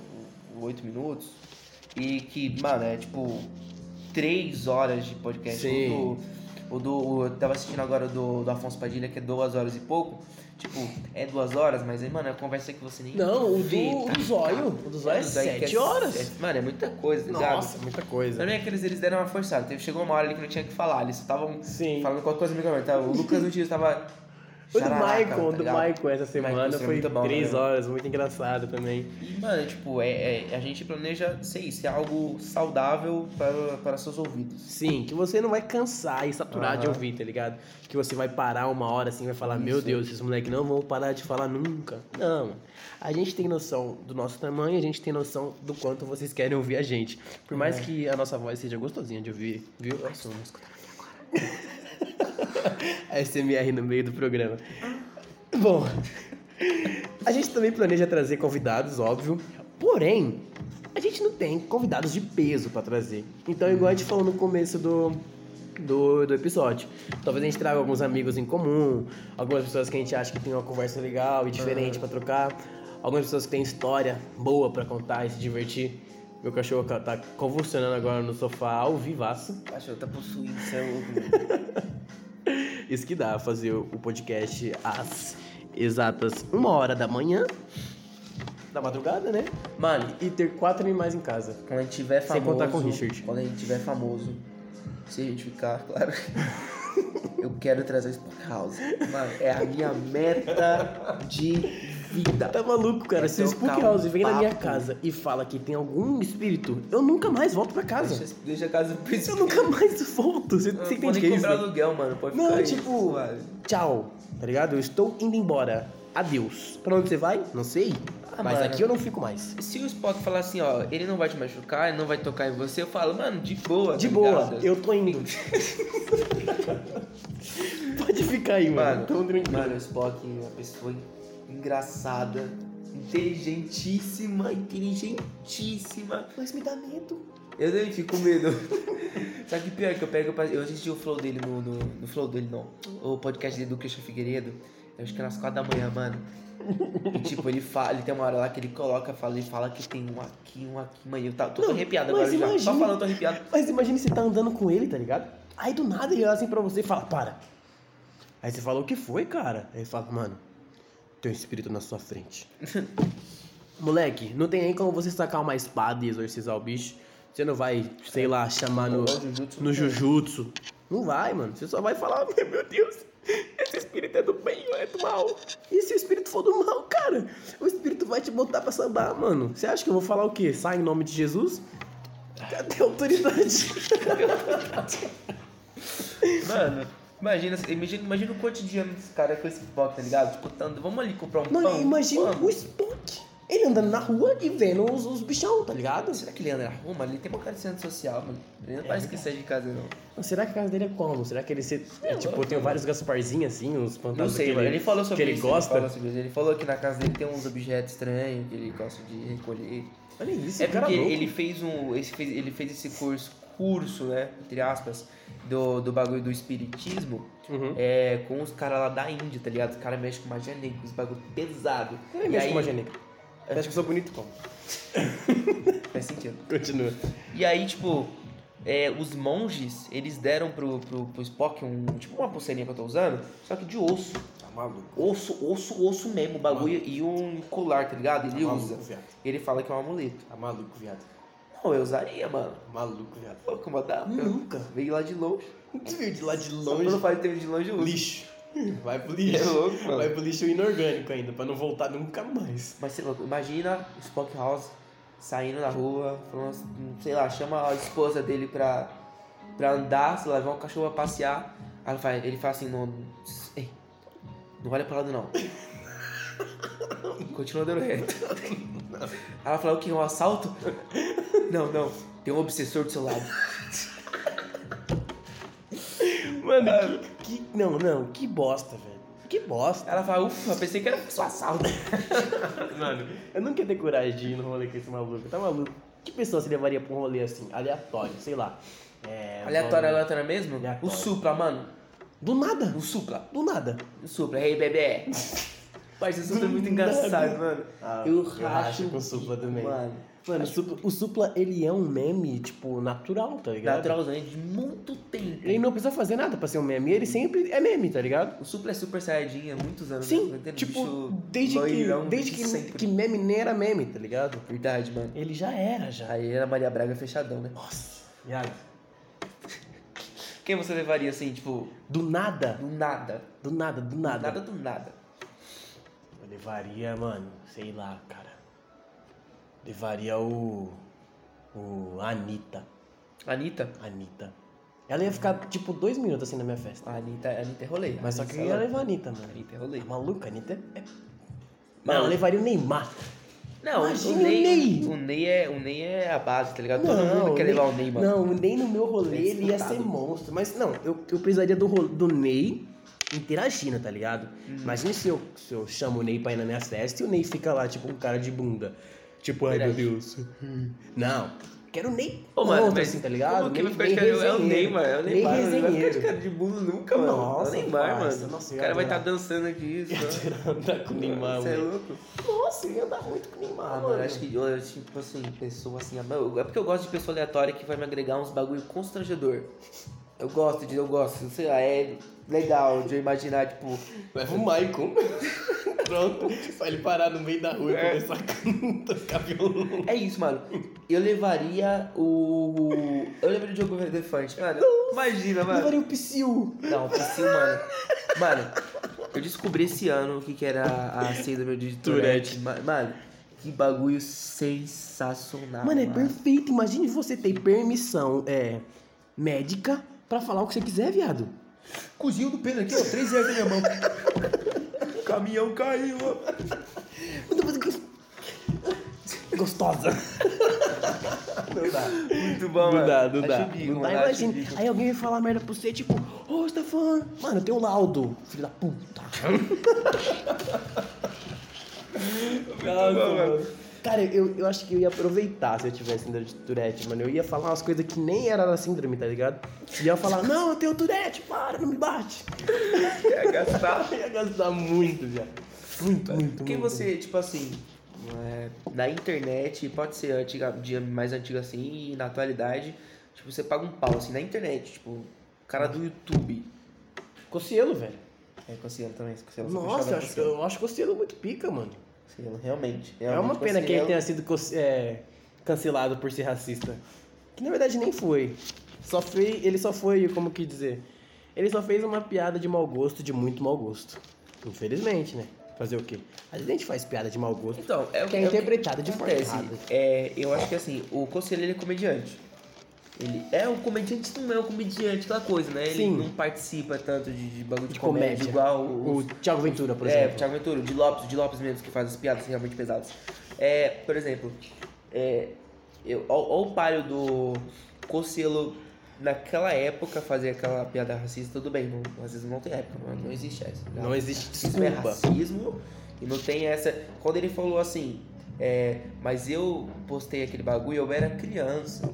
S1: o 8 Minutos. E que, mano, é tipo 3 horas de podcast.
S2: Sim.
S1: O do, o do- o- eu tava assistindo agora o do, do Afonso Padilha, que é 2 horas e pouco. Tipo, é 2 horas, mas aí, mano, é uma conversa que você nem
S2: Não, o
S1: vê,
S2: do,
S1: tá?
S2: o do Zóio. O do Zóio é
S1: Do Zóio que
S2: 7 horas.
S1: é- mano, é muita coisa, tá ligado?
S2: Nossa, muita coisa.
S1: Também aqueles eles deram uma forçada. Teve- Chegou uma hora ali que não tinha o que falar, eles só estavam
S2: Sim.
S1: falando qualquer coisa no microfone. Tá? O Lucas Nunes tava.
S2: O do
S1: Jararaca,
S2: Michael,
S1: tá
S2: do
S1: ligado?
S2: Michael essa semana
S1: Michael, isso é
S2: foi
S1: muito bom,
S2: três
S1: né?
S2: horas, muito engraçado também.
S1: E, mano, tipo, é, é- a gente planeja ser isso, é algo saudável para, para seus ouvidos.
S2: Sim, que você não vai cansar e saturar de
S1: Aham.
S2: ouvir, tá ligado? Que você vai parar uma hora assim e vai falar, meu
S1: Isso.
S2: Deus, esses moleques não vão parar de falar nunca. Não. A gente tem noção do nosso tamanho, a gente tem noção do quanto vocês querem ouvir a gente. Por
S1: É.
S2: mais que a nossa voz seja gostosinha de ouvir, viu? Eu sou SMR no meio do programa. Bom, a gente também planeja trazer convidados, óbvio. Porém, a gente não tem convidados de peso pra trazer. Então, igual a gente falou no começo do, do, do episódio, talvez a gente traga alguns amigos em comum, algumas pessoas que a gente acha que tem uma conversa legal e diferente pra trocar, algumas pessoas que têm história boa pra contar e se divertir. Meu cachorro ca- tá convulsionando agora no sofá ao vivaço.
S1: Acho que tá possuindo, isso é louco.
S2: Isso que dá fazer o podcast às exatas uma hora da manhã. Da madrugada, né?
S1: Mano,
S2: E ter quatro animais em casa.
S1: quando a gente tiver
S2: Sem
S1: famoso.
S2: contar com o Richard.
S1: Quando a gente tiver famoso, se a gente ficar, claro. eu quero trazer Spock House. Mano, é a minha meta de vida.
S2: Tá maluco, cara?
S1: Vai
S2: Se o
S1: trocar
S2: Spook
S1: um
S2: House vem na minha
S1: papo.
S2: casa e fala que tem algum espírito, eu nunca mais volto pra casa.
S1: Deixa, deixa a casa por isso.
S2: Eu nunca mais volto. Você, você
S1: pode
S2: entende que
S1: nem
S2: é isso?
S1: cobrar aluguel, mano. Pode
S2: Não,
S1: ficar aí,
S2: tipo,
S1: suave.
S2: tchau, tá ligado? Eu estou indo embora. Adeus. Pra onde você vai? Não sei.
S1: Ah,
S2: mas
S1: mano.
S2: aqui eu não fico mais.
S1: Se o Spock falar assim, ó, ele não vai te machucar, ele não vai tocar em você, eu falo, mano, de boa.
S2: De
S1: tá
S2: boa,
S1: ligado?
S2: eu tô indo. Pode ficar aí, mano. um
S1: Mano,
S2: Tão tranquilo.
S1: mano, o Spock é uma pessoa engraçada, inteligentíssima, inteligentíssima.
S2: Mas me dá medo.
S1: Eu também fico com medo. Só que é pior que eu pego, eu assisti o flow dele no, no, no flow dele não, o podcast dele do Christian Figueiredo, eu acho que é nas quatro da manhã, mano. E, tipo, ele fala, ele tem uma hora lá que ele coloca, fala, ele fala que tem um aqui, um aqui, mano, eu tá, tô
S2: Não,
S1: arrepiado
S2: mas
S1: agora já. Só
S2: imagina.
S1: falando, eu tô arrepiado.
S2: Mas imagine você tá andando com ele, tá ligado? Aí do nada ele olha assim pra você e fala, para. Aí você fala, o que foi, cara? Aí ele fala, mano, tem um espírito na sua frente. Moleque, não tem nem como você sacar uma espada e exorcizar o bicho. Você não vai, sei lá, chamar
S1: Não,
S2: no,
S1: jujutsu
S2: no
S1: não tem.
S2: jujutsu. Não vai, mano. Você só vai falar, meu Deus, esse espírito é do bem ou é do mal? E se o espírito for do mal, cara? O espírito vai te botar pra sambar, mano. Você acha que eu vou falar o quê? Sai em nome de Jesus? Cadê a autoridade?
S1: Mano, imagina, imagina, imagina o cotidiano desse cara com esse Spock, tá ligado? Tipo, tá, vamos ali comprar um
S2: Mano,
S1: pão.
S2: imagina
S1: vamos.
S2: o Spock. Ele andando na rua e vendo os, os bichão, tá ligado?
S1: Será que ele anda na rua, mano? Ele tem uma cara de centro social, mano. Ele não parece que
S2: É.
S1: sai de casa, não.
S2: Mas Será que a casa dele é como? Será que ele se. é,
S1: Não,
S2: tipo,
S1: eu-
S2: tem vários Gasparzinhos assim, uns fantasmas.
S1: Não sei,
S2: que
S1: mano. Ele falou sobre
S2: que ele
S1: isso.
S2: gosta.
S1: Ele falou, sobre isso. ele falou que na casa dele tem uns objetos estranhos que ele gosta de recolher.
S2: Olha isso,
S1: É
S2: cara.
S1: porque
S2: louco.
S1: ele fez um. Esse fez, ele fez esse curso, curso, né? Entre aspas, do, do bagulho do espiritismo.
S2: Uhum.
S1: É, com os caras lá da Índia, tá ligado? Os caras mexem com magia negra, com os bagulho pesado.
S2: Ele
S1: E
S2: mexe
S1: aí-
S2: com magia negra. Você acha que eu sou bonito como?
S1: Faz sentido.
S2: Continua.
S1: E aí, tipo, é, os monges, eles deram pro, pro, pro Spock um, tipo, uma pulseirinha que eu tô usando, só que de osso.
S2: Tá maluco.
S1: Osso, osso, osso mesmo, o bagulho e um colar, tá ligado? Ele
S2: É
S1: usa.
S2: viado.
S1: Ele fala que é um amuleto.
S2: Tá maluco, viado. Tá
S1: Não, eu usaria, mano.
S2: Maluco, viado.
S1: Pô, como dá?
S2: Nunca.
S1: Veio lá de longe.
S2: Tu viu de lá de
S1: Só quando faz tempo de longe, eu uso.
S2: Lixo. Vai pro
S1: É
S2: lixo.
S1: louco, mano.
S2: Vai pro lixo inorgânico ainda, pra não voltar nunca mais.
S1: Mas sei lá, imagina o Spock House saindo na rua, falando, assim, sei lá, chama a esposa dele pra, pra andar, sei lá, levar um cachorro pra passear. Aí ele faz, ele fala assim, não. Ei, não olha pro lado não. Continua dando reto. Aí Ela fala o que? Um assalto? Não, não. Tem um obsessor do seu lado.
S2: Mano, que, que- Não, não, que bosta, velho. Que bosta.
S1: Ela fala, ufa, pensei que era só assalto.
S2: Mano, eu nunca ia ter coragem de ir no rolê com esse maluco. Tá maluco? Que pessoa se levaria pra um rolê assim, aleatório, sei lá. É,
S1: Aleatório,
S2: vamos-
S1: aleatório mesmo?
S2: Aleatório.
S1: O Supla, mano.
S2: Do nada.
S1: O Supla.
S2: Do nada.
S1: O Supla, hey bebê. Parça, o Supla é muito
S2: Do nada.
S1: engraçado, mano.
S2: Ah,
S1: eu racho
S2: com o Supla também. Mano,
S1: Mano,
S2: o, Supla, o Supla, ele é um meme, tipo, natural, tá ligado?
S1: naturalzão né? de muito tempo.
S2: Ele não precisa fazer nada pra ser um meme. Ele sempre é meme, tá ligado?
S1: O Supla é super saiyajin há muitos anos. né?
S2: Sim,
S1: Mantendo o
S2: tipo,
S1: bicho
S2: desde que,
S1: loirão desde
S2: desde que,
S1: sempre.
S2: que meme nem era meme, tá ligado?
S1: Verdade, mano.
S2: Ele já era, já.
S1: Aí era Maria Braga fechadão, né?
S2: Nossa, viado.
S1: Quem você levaria assim, tipo,
S2: Do nada,
S1: do nada?
S2: do nada,
S1: Do
S2: do nada.
S1: nada do nada.
S2: Eu levaria, mano, sei lá, cara. Levaria o. O Anitta.
S1: Anitta?
S2: Anitta. Ela ia ficar tipo dois minutos assim na minha festa.
S1: A Anitta, a Anitta é rolê.
S2: Mas só
S1: Anitta,
S2: que eu ia
S1: ela-
S2: levar a Anitta, mano.
S1: Anitta é rolê.
S2: Tá maluca, a Anitta é. é- Mano, eu levaria o Neymar.
S1: Não,
S2: Imagina
S1: o Ney.
S2: o Ney.
S1: O Ney é, o Ney é a base, tá ligado? Todo mundo quer
S2: nem-
S1: levar o Ney, mano.
S2: Não, nem no meu rolê
S1: Ele é
S2: ele ia ser
S1: disputado.
S2: monstro. Mas não, eu, eu precisaria do, rolê, do Ney interagindo, tá ligado?
S1: Uhum.
S2: Imagina se eu, se eu chamo o Ney pra ir na minha festa e o Ney fica lá, tipo, um cara de bunda. Tipo, ai meu
S1: Interage.
S2: Deus. Não. Quero o Ney
S1: Uhum. Ô, mano,
S2: pronto,
S1: mas
S2: assim, tá ligado?
S1: Como que ele
S2: Ney-
S1: vai
S2: Ney
S1: ficar de cara? É o
S2: resenheiro.
S1: Neymar, é o
S2: Ney
S1: Neymar. Ele vai ficar de
S2: resenheiro.
S1: cara de bunda nunca, mano. é
S2: Nossa,
S1: o Neymar,
S2: parça,
S1: mano.
S2: nossa,
S1: o
S2: eu
S1: cara vai estar
S2: adoro.
S1: tá dançando aqui. isso, né?
S2: Andar Tá com o Neymar,
S1: Você é
S2: mano.
S1: louco?
S2: Nossa, ia andar muito com o Neymar,
S1: Ah, mano, eu acho que, eu, acho que, tipo assim, pessoa assim. eu- É porque eu gosto de pessoa aleatória que vai me agregar uns bagulho constrangedor. Eu gosto de, eu gosto, sei lá, é legal de eu imaginar, tipo.
S2: Leva o Maicon. Pronto. Só ele parar no meio da rua
S1: É.
S2: e começar a tocar violão.
S1: É isso, mano. Eu levaria o. Eu levaria o Diogo Defante, mano. Imagina, mano.
S2: Levaria o Psyu.
S1: Não, o Psyu, mano. Mano, eu descobri esse ano o que, que era a síndrome de Tourette.
S2: Tourette.
S1: Ma- Mano, que bagulho sensacional.
S2: Mano, é perfeito. Imagine você ter permissão é, médica pra falar o que você quiser, viado.
S1: Cozinho do Pedro aqui, ó. Três reais na minha mão. O caminhão caiu, ó.
S2: Gostosa.
S1: Não dá. Muito bom, mano.
S2: Não dá, não dá.
S1: Acho bico,
S2: Não dá,
S1: mano, acho
S2: imagina.
S1: bico.
S2: Aí alguém vai falar merda pra você, tipo, ô, Stefan, mano, eu tenho laudo, filho da puta. Nossa,
S1: bom,
S2: mano.
S1: mano.
S2: Cara, eu, eu acho que eu ia aproveitar se eu tivesse síndrome de Tourette, mano. Eu ia falar umas coisas que nem era da síndrome, tá ligado? Ia falar, não, eu tenho Tourette, para, não me bate.
S1: Quer gastar?
S2: ia gastar muito, viado. Muito, muito,
S1: Quem
S2: muito.
S1: você, tipo assim, é, na internet, pode ser antiga, dia mais antigo assim, e na atualidade, tipo, você paga um pau, assim, na internet, tipo, o cara do YouTube.
S2: Cocielo, velho.
S1: É, Cossiano também, Cossiano.
S2: Nossa, eu acho, eu acho Cocielo muito pica, mano.
S1: realmente, realmente. assim,
S2: É uma pena
S1: Cossielo-
S2: que ele tenha sido cance- é, cancelado por ser racista. Que na verdade nem foi. Só foi. Ele só foi, como que dizer? Ele só fez uma piada de mau gosto, de muito mau gosto. Infelizmente, né? Fazer o quê? Às vezes a gente faz piada de mau gosto.
S1: Então, é o
S2: que é
S1: é o
S2: interpretada de forma
S1: acontece.
S2: errada.
S1: É, eu acho que assim, o Cossiano, ele é comediante. Ele é um comediante, não é um comediante, aquela coisa, né? Ele
S2: Sim.
S1: não participa tanto de, de bagulho de,
S2: De
S1: comédia,
S2: comédia.
S1: igual
S2: O Thiago Ventura, por
S1: é,
S2: exemplo.
S1: o Thiago Ventura, o de Lopes, o de Lopes mesmo, que faz as piadas assim, realmente pesadas. É, por exemplo, é, eu, ó, ó o palho do Cocelo naquela época fazer aquela piada racista, tudo bem, não, às vezes não tem época, não, não existe essa. tá?
S2: Não existe
S1: Isso é
S2: desculpa.
S1: racismo e não tem essa. Quando ele falou assim, é, mas eu postei aquele bagulho, eu era criança,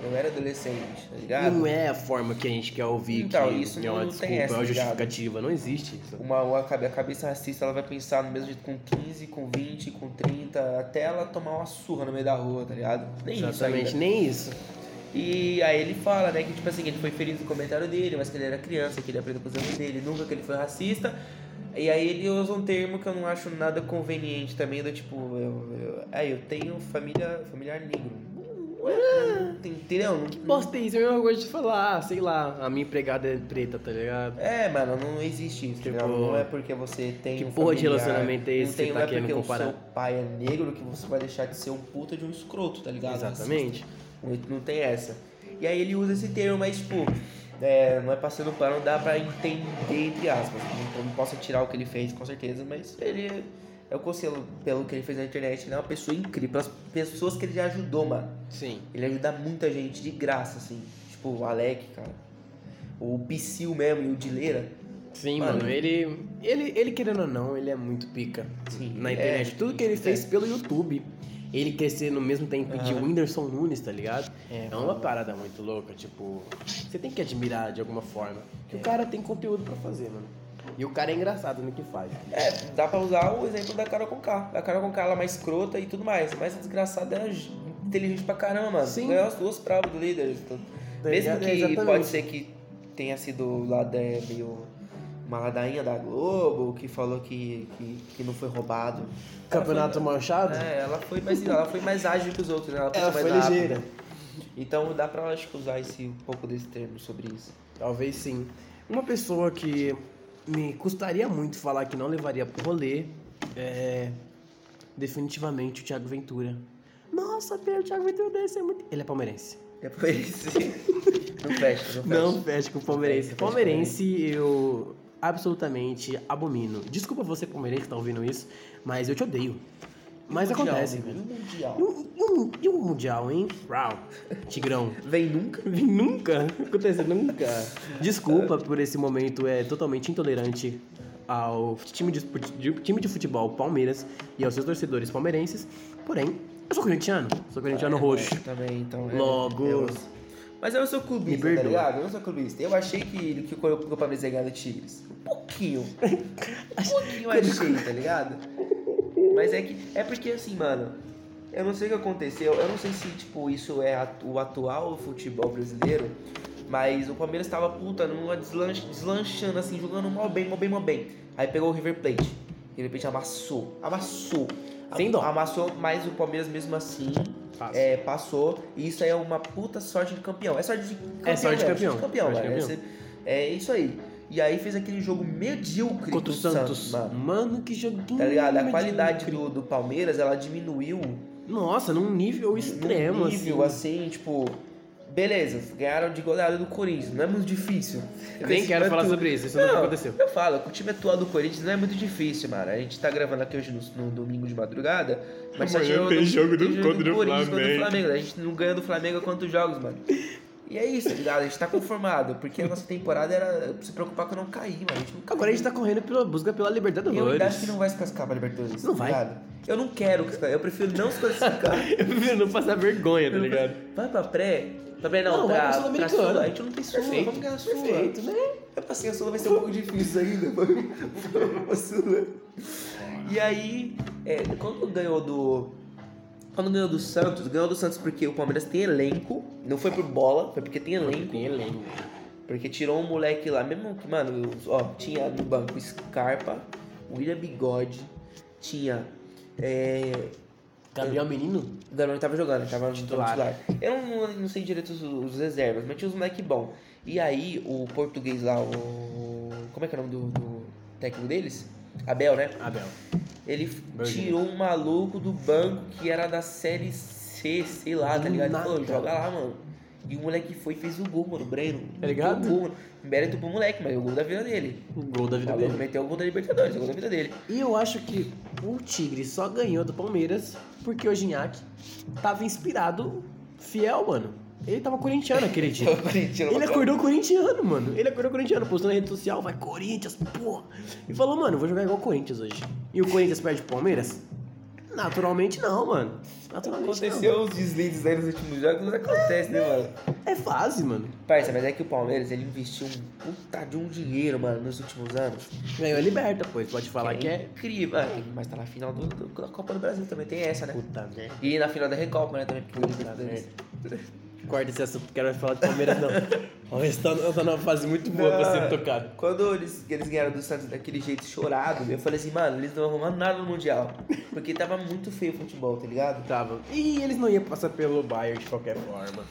S1: eu era adolescente, tá ligado?
S2: Não é a forma que a gente quer ouvir
S1: Então,
S2: que
S1: isso
S2: é uma
S1: não tem
S2: desculpa,
S1: essa,
S2: é uma
S1: ligado?
S2: justificativa. Não existe isso.
S1: Uma, uma cabe- a cabeça racista ela vai pensar no mesmo jeito com 15, com 20, com 30, até ela tomar uma surra no meio da rua, tá ligado? Nem
S2: Exatamente, né?
S1: isso ainda.
S2: nem isso.
S1: E aí ele fala, né, que tipo assim, ele foi feliz no comentário dele, mas que ele era criança, que ele aprendeu com os anos dele, nunca que ele foi racista. E aí ele usa um termo que eu não acho nada conveniente também, do tipo, eu, eu, aí eu tenho família, familiar negro. Ué, não- Entendeu? Não- não-
S2: Posso ter isso, é a mesma coisa de falar, ah, sei lá, a minha empregada é preta, tá ligado?
S1: É, mano, não existe isso,
S2: Tipo,
S1: entendeu? Não é porque você tem.
S2: que
S1: um
S2: porra de
S1: familiar,
S2: relacionamento é esse
S1: não
S2: que
S1: tem,
S2: você
S1: não
S2: tá
S1: é porque
S2: querendo
S1: o
S2: comparar?
S1: seu pai é negro que você vai deixar de ser um puta de um escroto, tá ligado?
S2: Exatamente.
S1: Não, não tem essa. E aí ele usa esse termo, mas tipo, é, não é passando pano, não dá pra entender, entre aspas. Não, não posso tirar o que ele fez, com certeza, mas ele. Eu conselho pelo que ele fez na internet, ele é uma pessoa incrível, pelas pessoas que ele já ajudou, mano.
S2: Sim.
S1: Ele ajuda muita gente de graça, assim. Tipo, o Alec, cara. O Psyu mesmo e o Dileira.
S2: Sim,
S1: Mano.
S2: mano, ele, ele. Ele, querendo ou não, ele é muito pica.
S1: Sim.
S2: Na internet.
S1: É,
S2: Tudo que ele
S1: é.
S2: fez pelo YouTube. Ele crescer no mesmo tempo de
S1: Aham.
S2: Whindersson Nunes, tá ligado?
S1: É,
S2: É, uma parada muito louca, tipo. Você tem que admirar de alguma forma. Que
S1: É.
S2: o cara tem conteúdo pra fazer, mano. E o cara é engraçado no que faz.
S1: É, dá pra usar o exemplo da Carol Conká. A Carol Conká, ela é mais escrota e tudo mais. Mas a desgraçada era j- inteligente pra caramba, mano.
S2: Sim.
S1: Ganhou as duas provas do líder. Então,
S2: Tá
S1: mesmo
S2: ligado? É,
S1: que
S2: exatamente.
S1: pode ser que tenha sido lá da, meio uma ladainha da Globo, que falou que, que, que não foi roubado.
S2: Campeonato Manchado?
S1: É, ela foi mais, ela foi mais ágil que os outros, né? Ela, pensou
S2: Ela
S1: mais
S2: foi
S1: rápido.
S2: ligeira.
S1: Então dá pra acho, que, usar esse, um pouco desse termo sobre isso.
S2: Talvez sim. Uma pessoa que me custaria muito falar que não levaria pro rolê é definitivamente o Thiago Ventura. Nossa, Pedro, o Thiago Ventura deve ser muito. Ele é palmeirense.
S1: Depois. não fecha, não fecha.
S2: Não fecha com o palmeirense. É, Palmeirense eu absolutamente abomino. Desculpa você, palmeirense, que tá ouvindo isso, mas eu te odeio. Mas
S1: Mundial,
S2: acontece,
S1: né?
S2: velho.
S1: Mundial.
S2: E um, e um- e um Mundial, hein? Rau. Tigrão.
S1: Vem nunca?
S2: Nunca. Acontece nunca. Desculpa por esse momento, é totalmente intolerante ao time de, fut- de- time de futebol Palmeiras e aos seus torcedores palmeirenses. Porém, eu sou corintiano. Sou
S1: É,
S2: corintiano roxo.
S1: Também, então. é,
S2: Logo.
S1: eu- Mas eu não sou
S2: Me
S1: clubista, tá
S2: perdoa.
S1: ligado? Eu não sou clubista. Eu achei que, que o Corinthians Palmeiras ia ganhar do Tigres. Um pouquinho. Um pouquinho achei, tá ligado? Mas é que. É porque assim, mano. Eu não sei o que aconteceu. Eu não sei se, tipo, isso é a- o atual futebol brasileiro. Mas o Palmeiras tava puta numa deslanch, deslanchando, assim, jogando mal bem, mal bem, mal bem. Aí pegou o River Plate. E de repente amassou. Amassou.
S2: Sem dó.
S1: Amassou, mas o Palmeiras mesmo assim
S2: Fácil.
S1: é, passou. E isso aí é uma puta sorte de campeão. É sorte de campeão.
S2: É sorte de
S1: velho,
S2: campeão. Sorte de
S1: velho.
S2: campeão.
S1: Esse- É isso aí. E aí fez aquele jogo medíocre
S2: Contra
S1: do
S2: o Santos.
S1: mano.
S2: Mano, que joguinho.
S1: Tá ligado? A
S2: medíocre.
S1: qualidade do, do Palmeiras, ela diminuiu
S2: Nossa, num nível extremo,
S1: num nível,
S2: assim.
S1: assim. tipo... Beleza, ganharam de goleada do Corinthians, não é muito difícil.
S2: Nem
S1: Esse
S2: quero
S1: time é
S2: falar
S1: tu-
S2: sobre isso, isso nunca aconteceu.
S1: eu falo, o time atual do Corinthians não é muito difícil, mano. A gente tá gravando aqui hoje no, no domingo de madrugada, mas só
S3: Amanhã
S1: tirou
S3: tem jogo do-
S1: tem
S3: contra o
S1: Corinthians contra o
S3: Flamengo.
S1: Flamengo. A gente não ganha do Flamengo há quantos jogos, mano. E é isso, tá ligado? A gente tá conformado, porque a nossa temporada era se preocupar com não cair, mano. A gente não caiu.
S2: Agora a gente tá correndo pela busca pela Libertadores.
S1: Eu ainda acho que não vai se cascar pra Libertadores.
S2: Não
S1: tá
S2: vai.
S1: ligado? Eu não quero, cascar, eu prefiro não se classificar.
S2: Eu prefiro não passar vergonha, tá ligado?
S1: Vai pra pré. Pra pré não,
S2: Não, vai
S1: pra,
S2: pra
S1: pra
S2: Sul-Americana.
S1: Sul. A gente não tem Sul,
S2: Perfeito,
S1: vamos ganhar a Sul.
S2: perfeito, né?
S1: Eu passei a Sula, vai ser um pouco difícil ainda. vamos- vamos Sula. E aí, é, quando ganhou do. Quando ganhou do Santos, ganhou do Santos porque o Palmeiras tem elenco. Não foi por bola, foi porque tem elenco.
S2: elenco.
S1: Porque tirou um moleque lá, mesmo que, mano, ó, tinha no banco Scarpa, William Bigode, tinha. É,
S2: Gabriel Menino?
S1: o Gabriel tava jogando, tava no
S2: Titular.
S1: titular. Eu não, não sei direito os, os reservas, mas tinha uns moleque bom. E aí, o português lá, o. Como é que é o nome do, do técnico deles? Abel, né?
S2: Abel.
S1: Ele f-
S2: Bergamo.
S1: tirou um maluco do banco que era da série C, sei lá, tá
S2: Do
S1: ligado? Ele
S2: nada.
S1: Falou, joga lá, mano. E o moleque foi e fez o gol, mano. O Breno.
S2: Tá ligado?
S1: O gol, mano. Mérito pro moleque, mas é o gol da vida dele.
S2: O gol da vida
S1: Falou,
S2: dele.
S1: meteu o gol da Libertadores, é o gol da vida dele.
S2: E eu acho que o Tigre só ganhou do Palmeiras porque o Gignac tava inspirado, fiel, mano. Ele tava corintiano aquele dia.
S1: é
S2: Ele é acordou corintiano, mano. Ele acordou corintiano, postou na rede social, vai Corinthians, porra. E falou, mano, vou jogar igual o Corinthians hoje. E o Corinthians perde pro Palmeiras? Naturalmente não, mano. Naturalmente
S1: Aconteceu os deslides aí nos últimos jogos, mas acontece, né, mano?
S2: não. É fase, mano.
S1: Parça, mas é que o Palmeiras, ele investiu um puta de um dinheiro, mano, nos últimos anos.
S2: Ganhou a Liberta, pois. Pode falar que é...
S1: incrível. Ah, tem- mas tá na final do- do- da Copa do Brasil também, tem essa, né?
S2: Puta merda.
S1: E na final da Recopa, né, também. Porque o
S2: Puta
S1: Libertadores-
S2: Corta esse assunto, porque eu quero falar de Palmeiras, não. O Palmeiras tá, tá numa fase muito boa pra ser tocado.
S1: Quando eles, eles ganharam do Santos daquele jeito chorado, eu falei assim, mano, eles não arrumaram nada no Mundial. Porque tava muito feio o futebol, tá ligado?
S2: Tava. E eles não iam passar pelo Bayern de qualquer forma.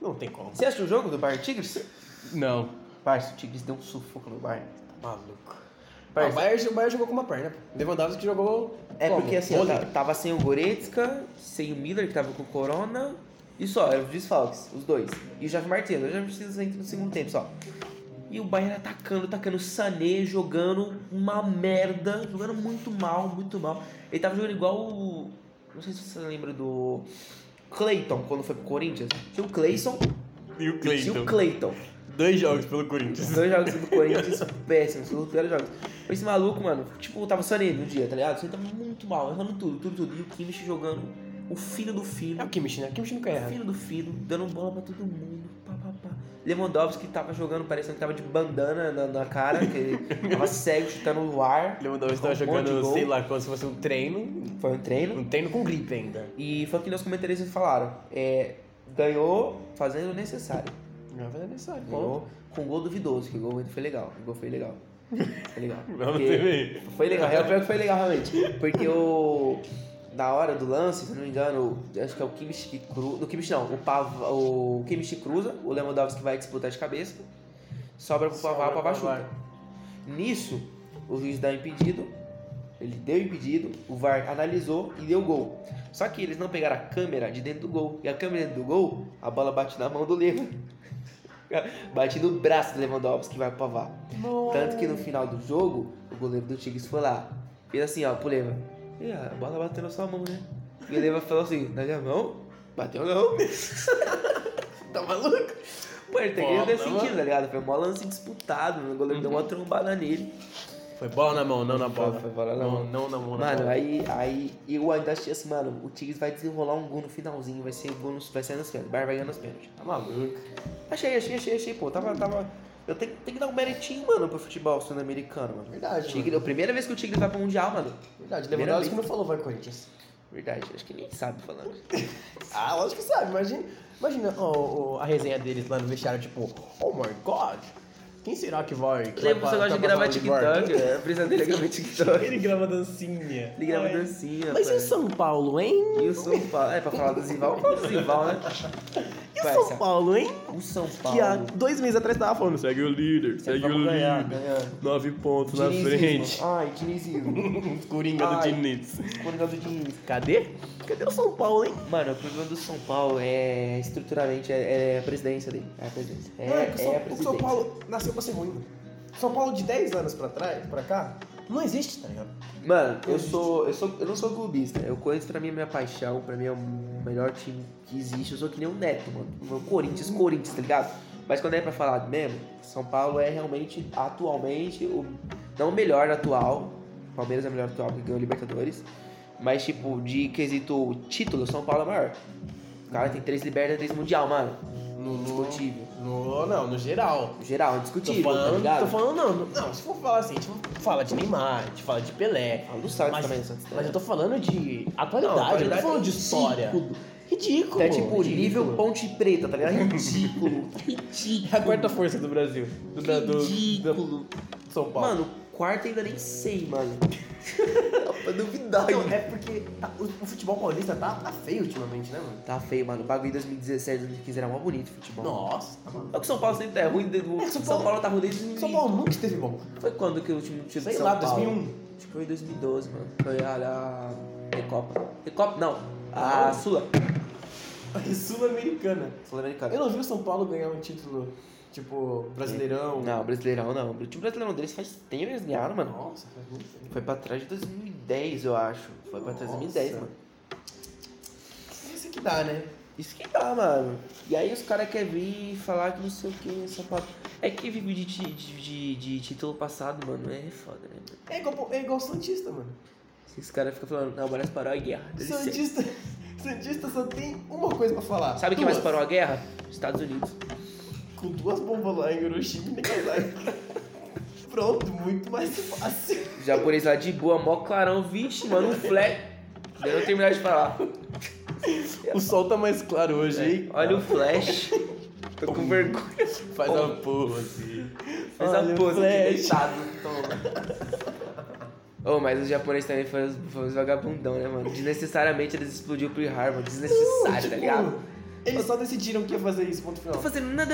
S2: Não tem como.
S1: Você assistiu o jogo do Bayern Tigres?
S2: Não.
S1: Parça, o Tigres deu um sufoco no Bayern.
S2: Maluco.
S1: Parça.
S2: Ah, o, Bayern, o Bayern jogou com uma perna. Lewandowski jogou.
S1: É
S2: como?
S1: porque assim, ó,
S2: Vôlei.
S1: tá- tava sem o Goretzka, sem o Miller, que tava com Corona, e só, é eram os desfalques, os dois. E o Javi Martins, o Javi Martins entra no segundo tempo só. E o Bayern atacando, atacando Sané, jogando uma merda, jogando muito mal, muito mal. Ele tava jogando igual o. Não sei se você lembra do. Clayton, quando foi pro Corinthians. Tinha o Clayson
S2: E o
S1: e tinha o Clayton.
S2: Dois jogos pelo
S1: Os
S2: Corinthians.
S1: dois jogos do Corinthians péssimos, foram os piores jogos. Esse maluco, mano, tipo, tava Sané no dia, tá ligado? Sané tava muito mal, errando tudo, tudo, tudo. E o Kimmich jogando o filho do
S2: É
S1: fino,
S2: o Kimmich, né? O Kimmich nunca erra.
S1: filho do fino, dando bola pra todo mundo. Pá, pá, pá. Lewandowski tava jogando, parecendo que tava de bandana na, na cara, que ele tava cego, chutando no ar.
S2: Lewandowski tava
S1: Um monte de
S2: jogando,
S1: gol.
S2: sei lá, como se fosse um treino.
S1: Foi um treino.
S2: Um treino com gripe ainda.
S1: E foi o que meus comentaristas falaram. É, ganhou fazendo o necessário.
S2: Não vai fazer necessário. Bom.
S1: Ganhou com gol duvidoso, que o gol foi legal. O gol foi legal. Foi legal.
S2: Vamos
S1: Porque-
S2: ver.
S1: Foi legal, é o pior que foi legal realmente. Porque o. Na hora do lance, se eu não me engano, acho que é o Kimmich que cruza. No Kimmich não, o, Pava, o Kimmich cruza, o Lewandowski vai disputar de cabeça. sobra pro Pavar, o
S2: Sobra
S1: Pavar
S2: pro Pavar.
S1: chuta. Nisso, o juiz dá impedido, ele deu impedido, o VAR analisou e deu gol. Só que eles não pegaram a câmera de dentro do gol. E a câmera dentro do gol, a bola bate na mão do Leva. bate no braço do Lewandowski que vai pro Pavar. Tanto que no final do jogo, o goleiro do Tigres foi lá. Fez assim, ó, pro Leva. E a bola bateu na sua mão, né? E o Leva falou assim, na minha mão? Bateu não. tá maluco? Pô, ele tem
S2: Bola Uhum.
S1: que ter
S2: na
S1: sentido,
S2: mão.
S1: tá ligado? Foi mó lance disputado, o goleiro deu uma trombada nele.
S2: Foi bola na mão, não na
S1: Foi-
S2: bola.
S1: foi bola na mão.
S2: não, não na mão, é na
S1: Mano,
S2: bola.
S1: aí, aí eu ainda achei assim, mano, o Tigres vai desenrolar um gol no finalzinho, vai ser gol nos, vai ser nos pênaltis, o Bar vai ganhar nos pênaltis.
S2: Tá maluco.
S1: Achei, achei, achei, achei, pô, tava, tava... Eu tenho, tenho que dar um meritinho, mano, pro futebol sul-americano, mano.
S2: Verdade,
S1: Tigre, é a primeira vez que o Tigre vai pro Mundial, mano.
S2: Verdade,
S1: Primeira
S2: Lewandowski
S1: vez.
S2: não falou vai Corinthians.
S1: Verdade, acho que nem sabe falando.
S2: Ah, lógico que sabe, imagina, imagina ó, ó, a resenha deles lá no vestiário, tipo, oh my god, quem será que vai? Que
S1: Lembra que você
S2: vai tá pa-
S1: gosta de
S2: vai
S1: gravar
S2: passar
S1: TikTok?
S2: no Borda?
S1: é, A brisa dele é gravar TikTok.
S2: Ele grava dancinha.
S1: Ele grava
S2: Ai.
S1: dancinha,
S2: Mas e
S1: pai.
S2: o São Paulo, hein?
S1: E o São Paulo? É, pra falar do Zival, fala do Zival, né?
S2: E o
S1: Vai,
S2: São
S1: Sá.
S2: Paulo, hein?
S1: O São
S2: Que há
S1: Paulo.
S2: dois meses atrás tava falando, segue o líder, segue o
S1: vamos
S2: líder.
S1: ganhar, ganhar.
S2: Nove pontos
S1: Dinizismo.
S2: na frente.
S1: Ai, Dinizismo.
S2: Coringa
S1: Ai.
S2: do Diniz.
S1: Coringa do Diniz.
S2: Cadê? Cadê o São Paulo, hein?
S1: Mano, o problema do São Paulo é estruturalmente é, é a presidência dele. É a presidência. É,
S3: Não, é que o São,
S1: é a
S3: o
S1: presidência.
S3: São Paulo nasceu pra ser ruim. O São Paulo de 10 anos pra trás, pra cá, não existe, tá ligado?
S1: Mano, eu sou, eu sou. Eu não sou clubista. Eu Corinthians pra mim é minha paixão, pra mim é o melhor time que existe. Eu sou que nem o Neto, mano. Meu Corinthians, Corinthians, tá ligado? Mas quando é pra falar mesmo, São Paulo é realmente, atualmente, o, não o melhor atual. Palmeiras é o melhor atual que ganhou Libertadores. Mas, tipo, de quesito título, São Paulo é o maior. O cara tem três libertas, três mundial, mano.
S2: No,
S1: Indiscutível.
S2: no, não, no geral.
S1: Geral,
S2: Tô
S1: indiscutível, tá
S2: falando,
S1: ligado?
S2: tô falando, não, não, não, se for falar assim, a gente fala de Neymar, a gente fala de Pelé.
S1: Fala do Ah, Santos
S2: mas,
S1: também, Santos
S2: mas eu tô falando de atualidade,
S1: Não, atualidade
S2: eu não tô falando de
S1: é
S2: história.
S1: ridículo.
S2: Ridículo.
S1: É tipo
S2: ridículo.
S1: nível ponte preta, tá ligado? Ridículo. Ridículo.
S2: É a quarta força do Brasil. Do, da- do,
S1: Ridículo.
S2: do São Paulo.
S1: Mano, quarta ainda nem sei, mano. pra duvidar.
S2: Então,
S3: Não, é porque tá- o, o futebol paulista tá, tá feio ultimamente, né, mano?
S1: Tá feio, mano. O bagulho em 2017, 2015 era mó bonito o futebol.
S2: Nossa, tá maluco.
S1: É que o São Paulo sempre é ruim. Desde...
S3: É,
S1: São,
S3: São
S1: Paulo...
S3: Paulo-
S1: tá ruim desde...
S3: São Paulo nunca esteve bom.
S1: Foi quando que o time do
S3: Sei
S1: São
S3: lá,
S1: Paulo?
S3: 2001.
S1: Acho que foi em 2012, mano. Foi a... a... Recopa. Recopa, não. A
S3: Não.
S1: Sula.
S3: Sul-Americana. Eu
S1: Sul-Americana.
S3: não vi o São Paulo ganhar um título, tipo, brasileirão.
S1: Não, Brasileirão não. O time brasileirão deles faz tempo que eles ganharam, mano.
S3: Nossa, faz muito tempo.
S1: Foi pra trás de 2010, eu acho. Foi pra trás de 2010,
S3: Nossa.
S1: mano.
S3: Isso que dá, né?
S1: Isso que dá, mano. E aí os caras querem vir e falar que não sei o que, essa pá. É que vive de, ti- de, de, de título passado, mano, é foda, né, mano?
S3: É igual, é igual Santista, mano.
S1: Esses caras ficam falando, não, mas nós parou a guerra. dá licença."
S3: Santista, Santista só tem uma coisa pra falar.
S1: Sabe quem
S3: Duas.
S1: mais parou a guerra? Estados Unidos.
S3: Com duas bombas lá em Hiroshima e Nagasaki. Pronto, muito mais fácil.
S1: Os japoneses lá de boa, mó clarão, vixe, mano, um flash. Daí eu terminar de falar.
S2: o sol tá mais claro hoje,
S3: É,
S2: hein?
S1: Olha o flash. Tô com vergonha.
S2: Faz uma pose.
S1: Faz
S2: Olha
S1: a
S2: o
S1: pose aqui
S2: flash.
S1: deitado. Ô, mas os japoneses também foram, os- foram os vagabundão, né, mano? Desnecessariamente eles explodiu pro Harbor. Desnecessário,
S3: Tipo,
S1: tá ligado?
S3: Eles só decidiram que ia fazer isso, ponto
S1: Não
S3: final.
S1: tô fazendo nada.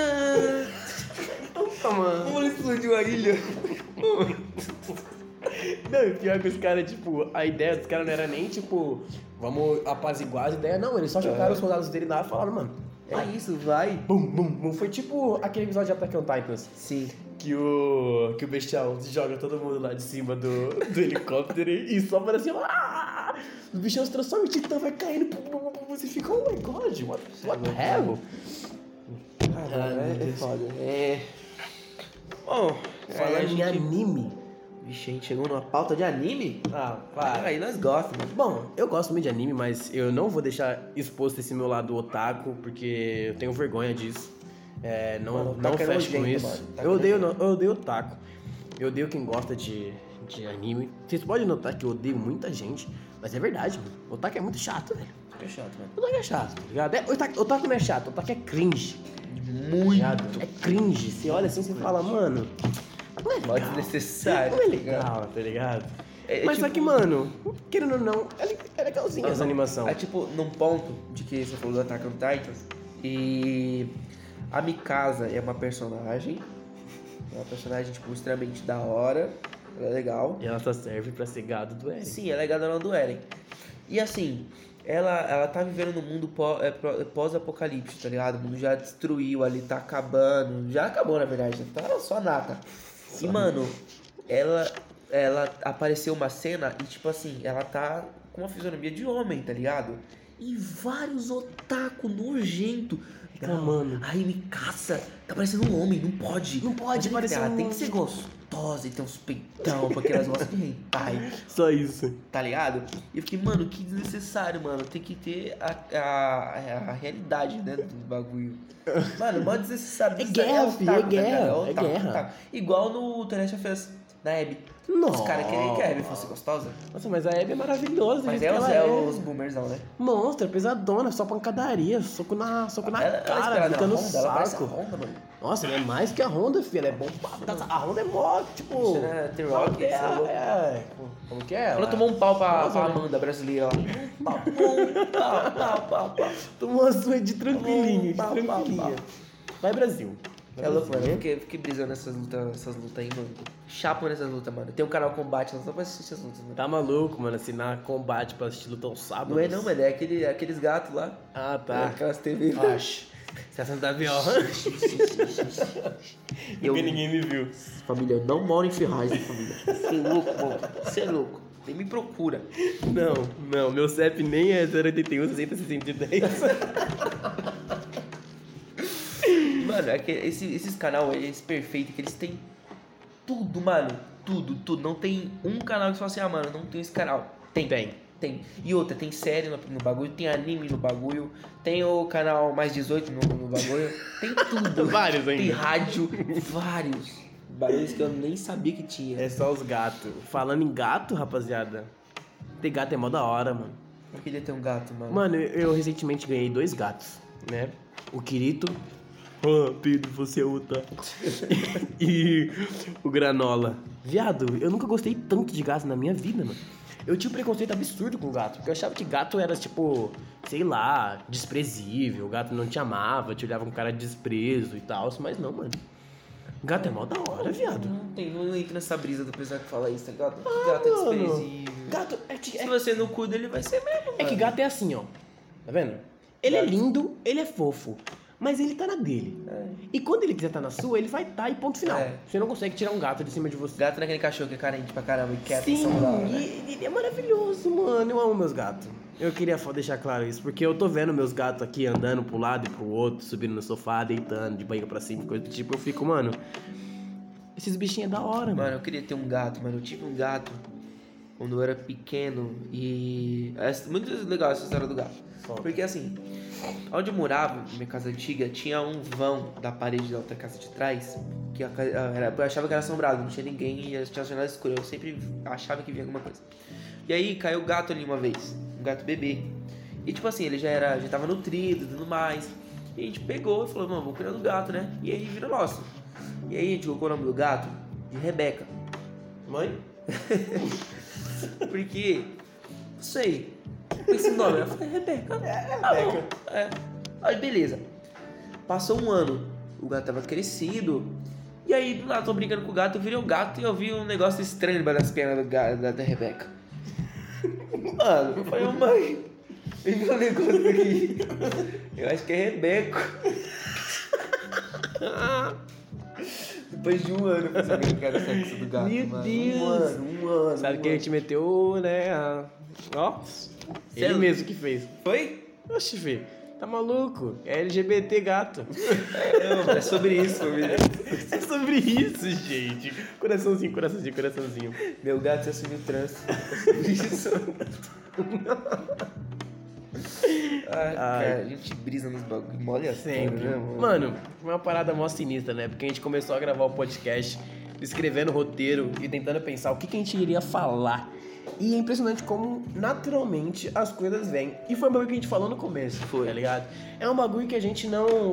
S1: Então, tá,
S3: Puta, mano.
S1: Como ele explodiu a ilha?
S2: Não, e pior que os caras, tipo, a ideia dos caras não era nem, tipo, vamos apaziguar as ideias, não. Eles só jogaram
S3: É.
S2: os soldados dele lá e falaram, mano.
S1: É isso, vai.
S2: Bum, bum, bum. Foi tipo aquele episódio de Attack on Titans.
S1: Sim.
S2: Que o, que o bestial joga todo mundo lá de cima do, do helicóptero e só parece assim, ah! O bichão se transforma em titã, vai caindo, pum, pum, pum, pum, você fica, oh my god, what, what the hell?
S1: Caralho, é, foda. É. Bom,
S2: Falar
S1: é, a
S2: em
S1: gente...
S2: anime.
S1: Vixe, a gente chegou numa pauta de anime?
S2: Ah,
S1: Cara, aí nós gostamos, mano.
S2: Bom, eu gosto muito de anime, mas eu não vou deixar exposto esse meu lado otaku, porque eu tenho vergonha disso. É, não
S1: Mano,
S2: não
S1: otaku é
S2: fecho com
S1: nojento,
S2: isso.
S1: mano. Otaku é
S2: Eu odeio, não, eu odeio otaku. Eu odeio quem gosta de, de anime. Vocês podem notar que eu odeio muita gente, mas é verdade, mano. Otaku é muito chato, velho.
S1: Fica chato, mano.
S2: Otaku é chato, tá ligado? É, otaku, otaku não é chato, otaku é cringe.
S1: Muito.
S2: É cringe. Você olha assim e fala, mano. Não é
S1: Mó
S2: legal.
S1: desnecessário.
S2: Não é legal, tá ligado?
S1: É, é
S2: Mas só
S1: tipo-
S2: que, mano, querendo ou não, é le- é legalzinha essa animação.
S1: É tipo, num ponto de que você falou do Attack on Titans. E a Mikasa é uma personagem É uma personagem, tipo, extremamente da hora. Ela é legal.
S2: E ela só serve pra ser gado do Eric.
S1: Sim, ela é gadona do Eren. E assim, ela, ela tá vivendo num mundo pó- é, pró- pós-apocalipse, tá ligado? O mundo já destruiu ali, tá acabando. Já acabou, na verdade, já tá só nata. E, mano, ela, ela apareceu uma cena e, tipo assim, ela tá com uma fisionomia de homem, tá ligado? E vários otaku nojento.
S2: Reclamando.
S1: Aí me caça, tá parecendo um homem, não pode.
S2: Não pode
S1: Mas aí,
S2: parecer
S1: cara,
S2: um
S1: Tem que
S2: homem.
S1: ser gostosa e ter uns peitão, porque elas gostam de hentai
S2: Só isso.
S1: tá ligado? E eu fiquei, mano, que desnecessário, mano. Tem que ter a, a, a realidade, né, do bagulho. Mano, mó desnecessário.
S2: É
S1: desnecessário.
S2: guerra,
S1: o
S2: filho,
S1: otaku, tá
S2: é guerra,
S1: ligado? o
S2: é
S1: otaku,
S2: guerra.
S1: otaku. Igual no The Last of Us, na Abby.
S2: Nossa.
S1: Os caras queriam que a Abby fosse assim, gostosa.
S2: Nossa, mas a Abby é maravilhosa. do
S1: Mas
S2: jeito
S1: é
S2: que
S1: os,
S2: ela
S1: é os boomersão, né?
S2: Monstro, é pesadona, só pancadaria, soco na, soco na
S1: ela, ela
S2: cara,
S1: espelhada na
S2: gritando
S1: Honda, ela parece a
S2: saco.
S1: Honda, mano.
S2: Nossa, ela é mais que a Honda, filho. Ela é bom pra... A Honda é mó, tipo...
S1: Isso, né, The Rock,
S2: é,
S1: isso é louco.
S2: é, como que é?
S1: Ela tomou um pau pra,
S2: Nossa,
S1: pra
S2: né?
S1: Amanda brasileira lá. Um pau, um pau, pau, pau, pau.
S2: Tomou a sua de
S1: um
S2: tranquilinho, de
S1: Pá, pá, pá.
S2: tranquilinha. Vai, Brasil.
S1: É louco, mano. Eu fiquei, fiquei brisando nessas lutas, essas lutas aí, mano. Chapo nessas lutas, mano. Tem um canal Combate lá só pra assistir essas lutas, mano.
S2: Tá maluco, mano, assinar combate pra assistir luta aos sábados.
S1: Não é não, mano. É aquele, aqueles gatos lá.
S2: Ah,
S1: Tá.
S2: tá.
S1: Aquelas TV.
S2: Ah, shh.
S1: Estação da VO. eu,
S2: Porque ninguém me viu.
S1: Família, eu não moro em Ferraz, né, família. Você é louco, mano. Você é louco. Nem me procura.
S2: Não, não, meu CEP nem é 081, 60, 610.
S1: Mano, é que esse- esses canal aí, esse perfeito, que eles têm tudo, mano. Tudo, tudo. Não tem um canal que você fala assim, ah, mano, não tem esse canal. Tem.
S2: Tem.
S1: Tem. E outra, tem série no, no bagulho, tem anime no bagulho, tem o canal mais 18 no, no bagulho, tem tudo.
S2: Vários ainda.
S1: Tem rádio, vários. Bagulhos que eu nem sabia que tinha.
S2: É só os gatos. Falando em gato, rapaziada, ter gato é mó da hora, mano.
S1: Eu queria ter um gato, mano.
S2: Mano, eu, eu recentemente ganhei dois gatos, né? O Kirito. Ah, Pedro, você é outra. e o Granola. Viado, eu nunca gostei tanto de gato na minha vida, mano. Eu tinha um preconceito absurdo com gato, porque eu achava que gato era, tipo, sei lá, desprezível. O gato não te amava, te olhava com cara de desprezo e tal, mas não, mano. Gato é mó da hora, viado.
S1: Não tem, não entra nessa brisa do pessoal que fala isso, tá ligado? Que gato é
S2: Ah, mano.
S1: desprezível.
S2: Gato é que,
S1: Se
S2: é,
S1: você não cuida, ele vai ser mesmo.
S2: é que
S1: mano.
S2: gato é assim, ó. Tá vendo? Ele é lindo, ele é fofo, mas ele tá na dele.
S1: É.
S2: E quando ele quiser estar na sua, ele vai estar e ponto final.
S1: É.
S2: Você não consegue tirar um gato de cima de você.
S1: Gato não é aquele cachorro que é carente pra caramba e quer
S2: Sim,
S1: atenção da hora, né?
S2: e, e é maravilhoso, mano. Eu amo meus gatos. Eu queria só deixar claro isso, porque eu tô vendo meus gatos aqui andando pro lado e pro outro, subindo no sofá, deitando, de banho pra cima, coisa do tipo. Eu fico, mano. Esses bichinhos é da hora, mano.
S1: Mano, eu queria ter um gato, mano. Eu tive um gato quando eu era pequeno e. é muito legal essa história do gato.
S2: Solta.
S1: Porque assim, onde eu morava, na minha casa antiga, tinha um vão da parede da outra casa de trás. Que a ca- a- era- eu achava que era assombrado, não tinha ninguém e tinha as janelas escuras. Eu sempre achava que vinha alguma coisa. E aí caiu gato ali uma vez, um gato bebê. E tipo assim, ele já era, já tava nutrido e tudo mais. E a gente pegou e falou, mano, vamos criar do gato, né? E aí virou nosso. E aí a gente colocou o nome do gato de Rebeca.
S2: Mãe?
S1: Porque, não sei, com esse nome. Eu falei, Rebeca. É, Rebeca. É. Aí, beleza. Passou um ano, o gato tava crescido. E aí, do nada, tô brincando com o gato, eu virei o gato e eu vi um negócio estranho debaixo das pernas do ga- da, da Rebeca. Mano, eu falei, mãe, eu vi um negócio aqui. Eu acho que é Rebeco. Depois de um ano, eu sabia que era o sexo do gato,
S2: Meu
S1: mano.
S2: Deus.
S1: Um ano, um ano.
S2: Sabe
S1: um
S2: que a
S1: ano.
S2: gente meteu, né? a- Ó.
S1: Cê é-
S2: Ele mesmo que fez.
S1: Foi?
S2: Oxe, filho. Tá maluco? É LGBT gato.
S1: Não, é sobre isso, família.
S2: É sobre isso, gente. Coraçãozinho, coraçãozinho, coraçãozinho.
S1: Meu gato já assumiu trans. É sobre isso. Ai, cara, a gente brisa nos bagulho. Molha
S2: Sempre.
S1: tudo, né, mano?
S2: Mano, foi uma parada mó sinistra, né? Porque a gente começou a gravar o podcast, escrevendo roteiro e tentando pensar o que, que a gente iria falar. E é impressionante como naturalmente as coisas vêm. E foi um bagulho que a gente falou no começo, foi, tá ligado? É um bagulho que a gente não.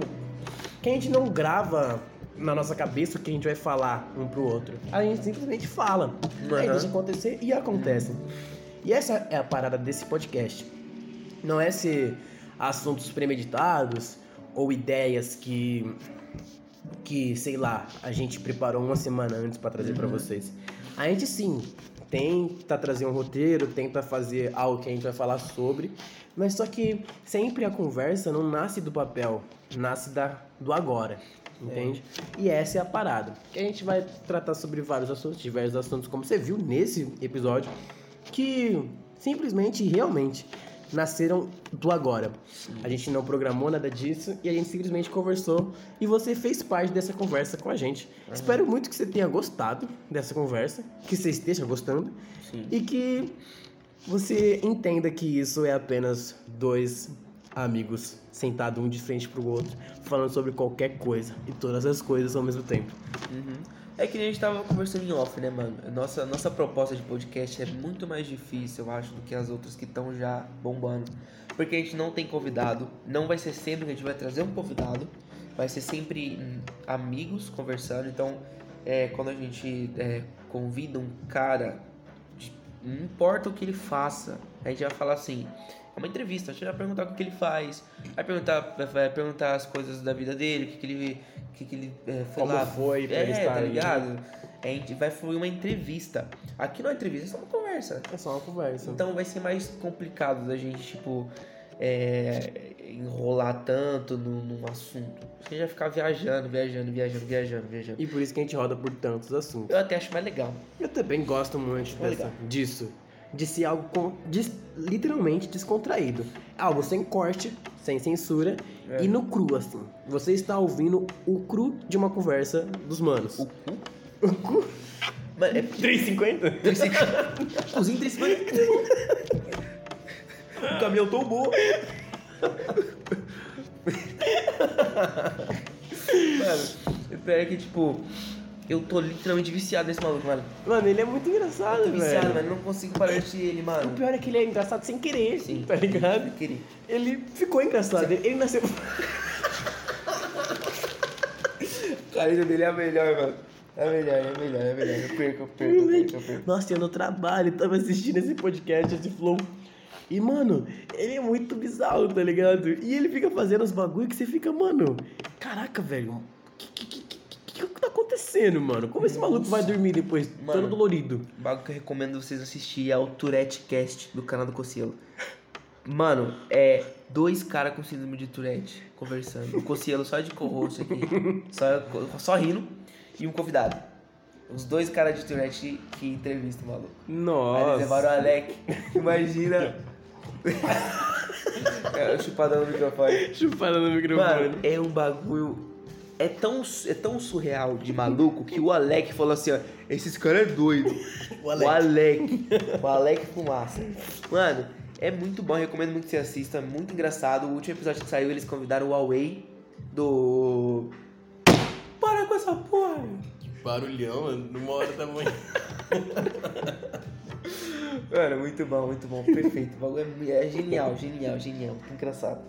S2: que a gente não grava na nossa cabeça o que a gente vai falar um pro outro. A gente simplesmente fala. Aí
S1: Uhum.
S2: deixa acontecer e acontece. E essa é a parada desse podcast não é ser assuntos premeditados ou ideias que que, sei lá, a gente preparou uma semana antes pra trazer pra vocês. A gente sim tenta trazer um roteiro, tenta fazer algo que a gente vai falar sobre, mas só que sempre a conversa não nasce do papel, nasce da, do agora. Entende? E essa é a parada. Que a gente vai tratar sobre vários assuntos, diversos assuntos, como você viu nesse episódio, que simplesmente e realmente nasceram do agora. A gente não programou nada disso e a gente simplesmente conversou e você fez parte dessa conversa com a gente. Espero muito que você tenha gostado dessa conversa, que você esteja gostando
S1: Sim.
S2: e que você entenda que isso é apenas dois amigos sentados um de frente pro outro, falando sobre qualquer coisa e todas as coisas ao mesmo tempo.
S1: Uhum. É que a gente tava conversando em off, né, mano? Nossa, nossa proposta de podcast é muito mais difícil, eu acho, do que as outras que estão já bombando. Porque a gente não tem convidado, não vai ser sempre que a gente vai trazer um convidado, vai ser sempre hum, amigos conversando. Então, é, quando a gente é, convida um cara, de- não importa o que ele faça, a gente vai falar assim. É uma entrevista, a gente vai perguntar o que ele faz, vai perguntar, vai perguntar as coisas da vida dele, o que, que ele, o que, que ele é, foi
S2: Como
S1: lá,
S2: foi pra
S1: é,
S2: ele estar
S1: tá
S2: aí?
S1: ligado? A gente vai fluir uma entrevista. Aqui não é entrevista, é só uma conversa.
S2: É só uma conversa.
S1: Então vai ser mais complicado da gente, tipo, é, enrolar tanto no, num assunto. Você já ficar viajando, viajando, viajando, viajando, viajando.
S2: E por isso que a gente roda por tantos assuntos.
S1: Eu até acho mais legal.
S2: Eu também gosto muito
S1: Olha
S2: dessa- disso. De ser algo con- des- literalmente descontraído. Algo sem corte, sem censura
S1: É.
S2: e no cru, assim. Você está ouvindo o cru de uma conversa dos manos.
S1: O cu? Mano, é
S2: 350?
S1: cozinho O
S2: Um
S1: caminhão tombou. mano, pior é que, tipo, eu tô literalmente viciado nesse maluco, mano.
S2: Mano, ele é muito
S1: Eu tô
S2: engraçado,
S1: viciado,
S2: velho.
S1: mano. Não consigo parar de assistir ele,
S2: O
S1: mano.
S2: pior é que ele é engraçado sem querer,
S1: Sim.
S2: tá ligado?
S1: Querido.
S2: Ele ficou engraçado. Ele nasceu.
S1: A carinha dele é a melhor, mano. É a melhor, é a melhor, é a melhor. Eu perco, eu perco, eu perco, eu perco.
S2: Nossa, eu no trabalho, tava assistindo esse podcast, esse flow. E, mano, ele é muito bizarro, tá ligado? E ele fica fazendo os bagulho que você fica, mano. Caraca, velho. O que, que, que, que, que tá acontecendo, mano? Como esse maluco vai dormir depois,
S1: Mano.
S2: todo dolorido?
S1: O Um bagulho que eu recomendo vocês assistirem é o Tourette Cast do canal do Cocielo. Mano, é dois caras com síndrome de Tourette conversando. O Cocielo só de co-host aqui, só, só rindo, e um convidado. Os dois caras de Tourette que entrevistam o maluco. Aí eles levaram o Alec. Imagina. é, chupadão no microfone.
S2: Chupada no microfone.
S1: Mano, é um bagulho. É tão, é tão surreal de maluco que o Alec falou assim: ó, esses caras é doido.
S2: O
S1: o
S2: Alec.
S1: Alec. O Alec. fumaça. Mano, é muito bom, eu recomendo muito que você assista, é muito engraçado. O último episódio que saiu, eles convidaram o Huawei do. Para com essa porra!
S2: Que barulhão, mano. Numa hora da manhã.
S1: Mano, muito bom, muito bom, perfeito. O bagulho é, é genial, genial, genial. Muito engraçado.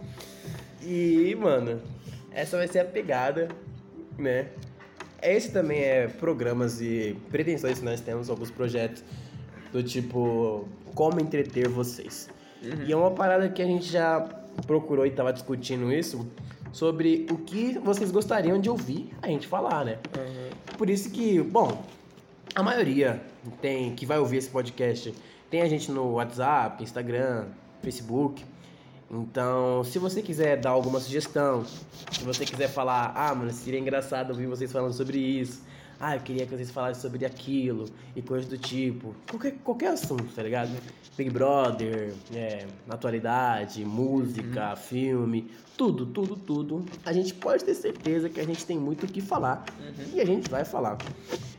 S2: E, mano, essa vai ser a pegada, né? Esse também é programas e pretensões que nós temos, alguns projetos do tipo como entreter vocês. E é uma parada que a gente já procurou e tava discutindo isso sobre o que vocês gostariam de ouvir a gente falar, né? Por isso que, bom, a maioria tem que vai ouvir esse podcast tem a gente no WhatsApp, Instagram, Facebook. Então, se você quiser dar alguma sugestão, se você quiser falar, ah, mano, seria engraçado ouvir vocês falando sobre isso. Ah, eu queria que vocês falassem sobre aquilo e coisas do tipo. Qualquer, qualquer assunto, tá ligado? Big Brother, é, atualidade, música, filme, tudo, tudo, tudo. A gente pode ter certeza que a gente tem muito o que falar e a gente vai falar.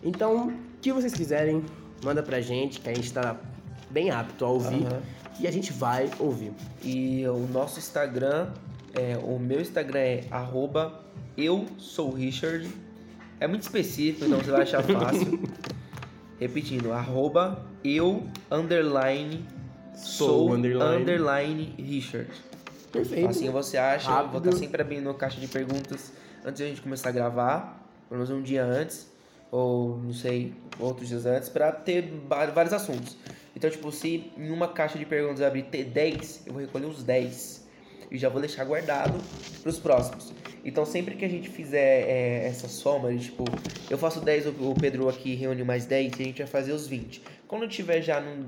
S2: Então, o que vocês quiserem, manda pra gente, que a gente tá bem apto a ouvir.
S1: Aham.
S2: E a gente vai ouvir.
S1: E o nosso Instagram, é, o meu Instagram é arroba eu sou Richard. É muito específico, então você vai achar fácil. Repetindo, arroba eu underline
S2: Sou,
S1: sou,
S2: underline.
S1: underline. Richard.
S2: Perfeito.
S1: Assim você acha, eu vou
S2: Rápido.
S1: estar sempre abrindo a caixa de perguntas antes da gente começar a gravar, pelo menos um dia antes, ou não sei, outros dias antes, pra ter va- vários assuntos. Então, tipo, se em uma caixa de perguntas abrir ter 10, eu vou recolher os 10 e já vou deixar guardado pros próximos. Então sempre que a gente fizer é, essa soma, de, tipo, eu faço 10, o- o Pedro aqui reúne mais 10, e a gente vai fazer os 20. Quando tiver já num,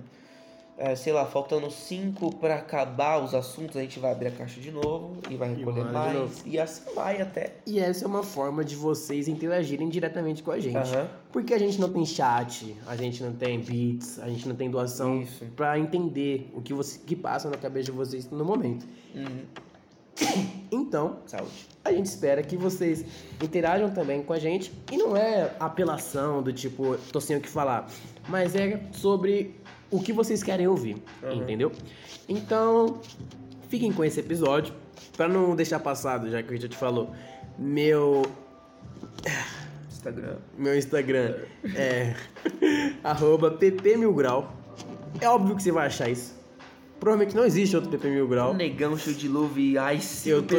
S1: é, sei lá, faltando 5 pra acabar os assuntos, a gente vai abrir a caixa de novo e vai
S2: E
S1: recolher
S2: vai de
S1: mais.
S2: novo.
S1: E assim vai até.
S2: E essa é uma forma de vocês interagirem diretamente com a gente.
S1: Aham.
S2: Porque a gente não tem chat, a gente não tem beats, a gente não tem doação
S1: Isso.
S2: pra entender o que, você, que passa na cabeça de vocês no momento.
S1: Uhum.
S2: Então,
S1: Saúde.
S2: a gente espera que vocês interajam também com a gente. E não é apelação do tipo, tô sem o que falar. Mas é sobre o que vocês querem ouvir,
S1: Uhum.
S2: entendeu? Então, fiquem com esse episódio. Pra não deixar passado, já que a gente já te falou, meu
S1: Instagram.
S2: meu Instagram é arroba ppmilgrau. É óbvio que você vai achar isso. Provavelmente não existe outro PP Mil Grau.
S1: Negão, show de luva e ai, sim,
S2: Eu tô-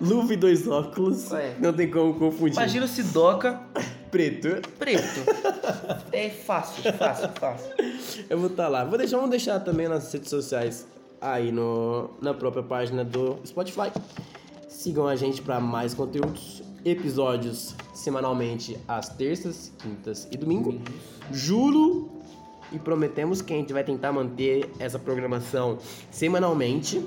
S2: Luve dois óculos.
S1: Ué.
S2: Não tem como confundir.
S1: Imagina se doca
S2: Preto.
S1: preto. é fácil, fácil, fácil.
S2: Eu vou estar lá. Vou deixar, vamos deixar também nas redes sociais aí no, na própria página do Spotify. Sigam a gente para mais conteúdos, episódios semanalmente às terças, quintas e domingo. Juro e prometemos que a gente vai tentar manter essa programação semanalmente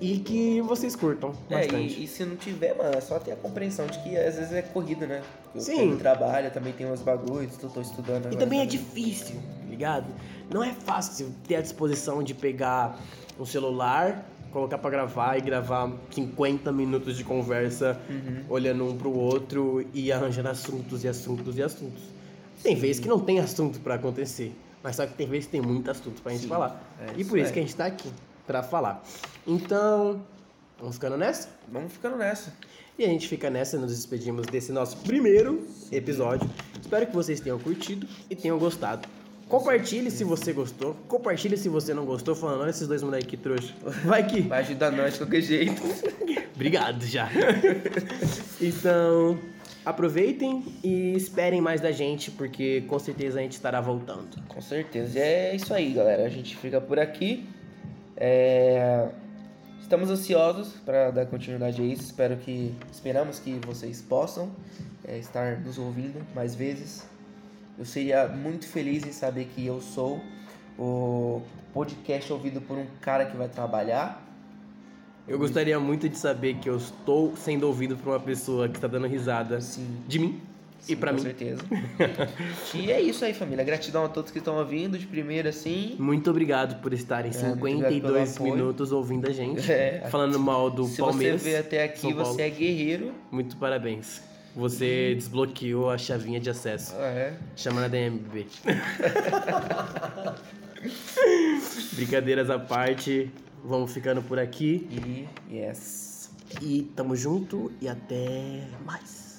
S2: e que vocês curtam
S1: Uhum. É,
S2: bastante.
S1: e, e se não tiver, mano, é só ter a compreensão de que às vezes é corrido, né? Porque
S2: Sim.
S1: O Pedro trabalha, também tem uns bagulhos, eu tô estudando
S2: E
S1: agora
S2: também é difícil, ligado? Não é fácil ter a disposição de pegar um celular, colocar pra gravar e gravar 50 minutos de conversa
S1: Uhum.
S2: olhando um pro outro e arranjando assuntos e assuntos e assuntos. Tem vezes que não tem assunto pra acontecer, mas só que tem vezes que tem muito assunto pra gente
S1: Sim,
S2: falar.
S1: é
S2: e
S1: isso
S2: por isso
S1: aí.
S2: que a gente tá aqui, pra falar. Então, vamos ficando nessa?
S1: Vamos ficando nessa.
S2: E a gente fica nessa, nos despedimos desse nosso primeiro episódio. Espero que vocês tenham curtido e tenham gostado. Compartilhe se você gostou, compartilhe se você não gostou, falando, olha esses dois moleques que trouxa. Vai que.
S1: Vai ajudar nós de qualquer jeito.
S2: Obrigado já. então, aproveitem e esperem mais da gente, porque com certeza a gente estará voltando.
S1: Com certeza. E é isso aí, galera. A gente fica por aqui. É, Estamos ansiosos para dar continuidade a isso. Espero que... Esperamos que vocês possam é, estar nos ouvindo mais vezes. Eu seria muito feliz em saber que eu sou o podcast ouvido por um cara que vai trabalhar.
S2: Eu gostaria muito de saber que eu estou sendo ouvido por uma pessoa que está dando risada
S1: Sim.
S2: de mim e
S1: sim,
S2: pra
S1: com
S2: mim.
S1: certeza. e é isso aí, família. Gratidão a todos que estão ouvindo de primeira, assim.
S2: Muito obrigado por estarem
S1: É, muito obrigado pelo
S2: 52
S1: apoio.
S2: minutos ouvindo a gente.
S1: É.
S2: Falando mal do
S1: Se
S2: Palmeiras.
S1: você veio até aqui,
S2: São Paulo.
S1: você é guerreiro.
S2: Muito parabéns. Você desbloqueou a chavinha de acesso.
S1: É.
S2: Chama na DMB. Brincadeiras à parte. Vamos ficando por aqui.
S1: E yes.
S2: E tamo junto e até mais.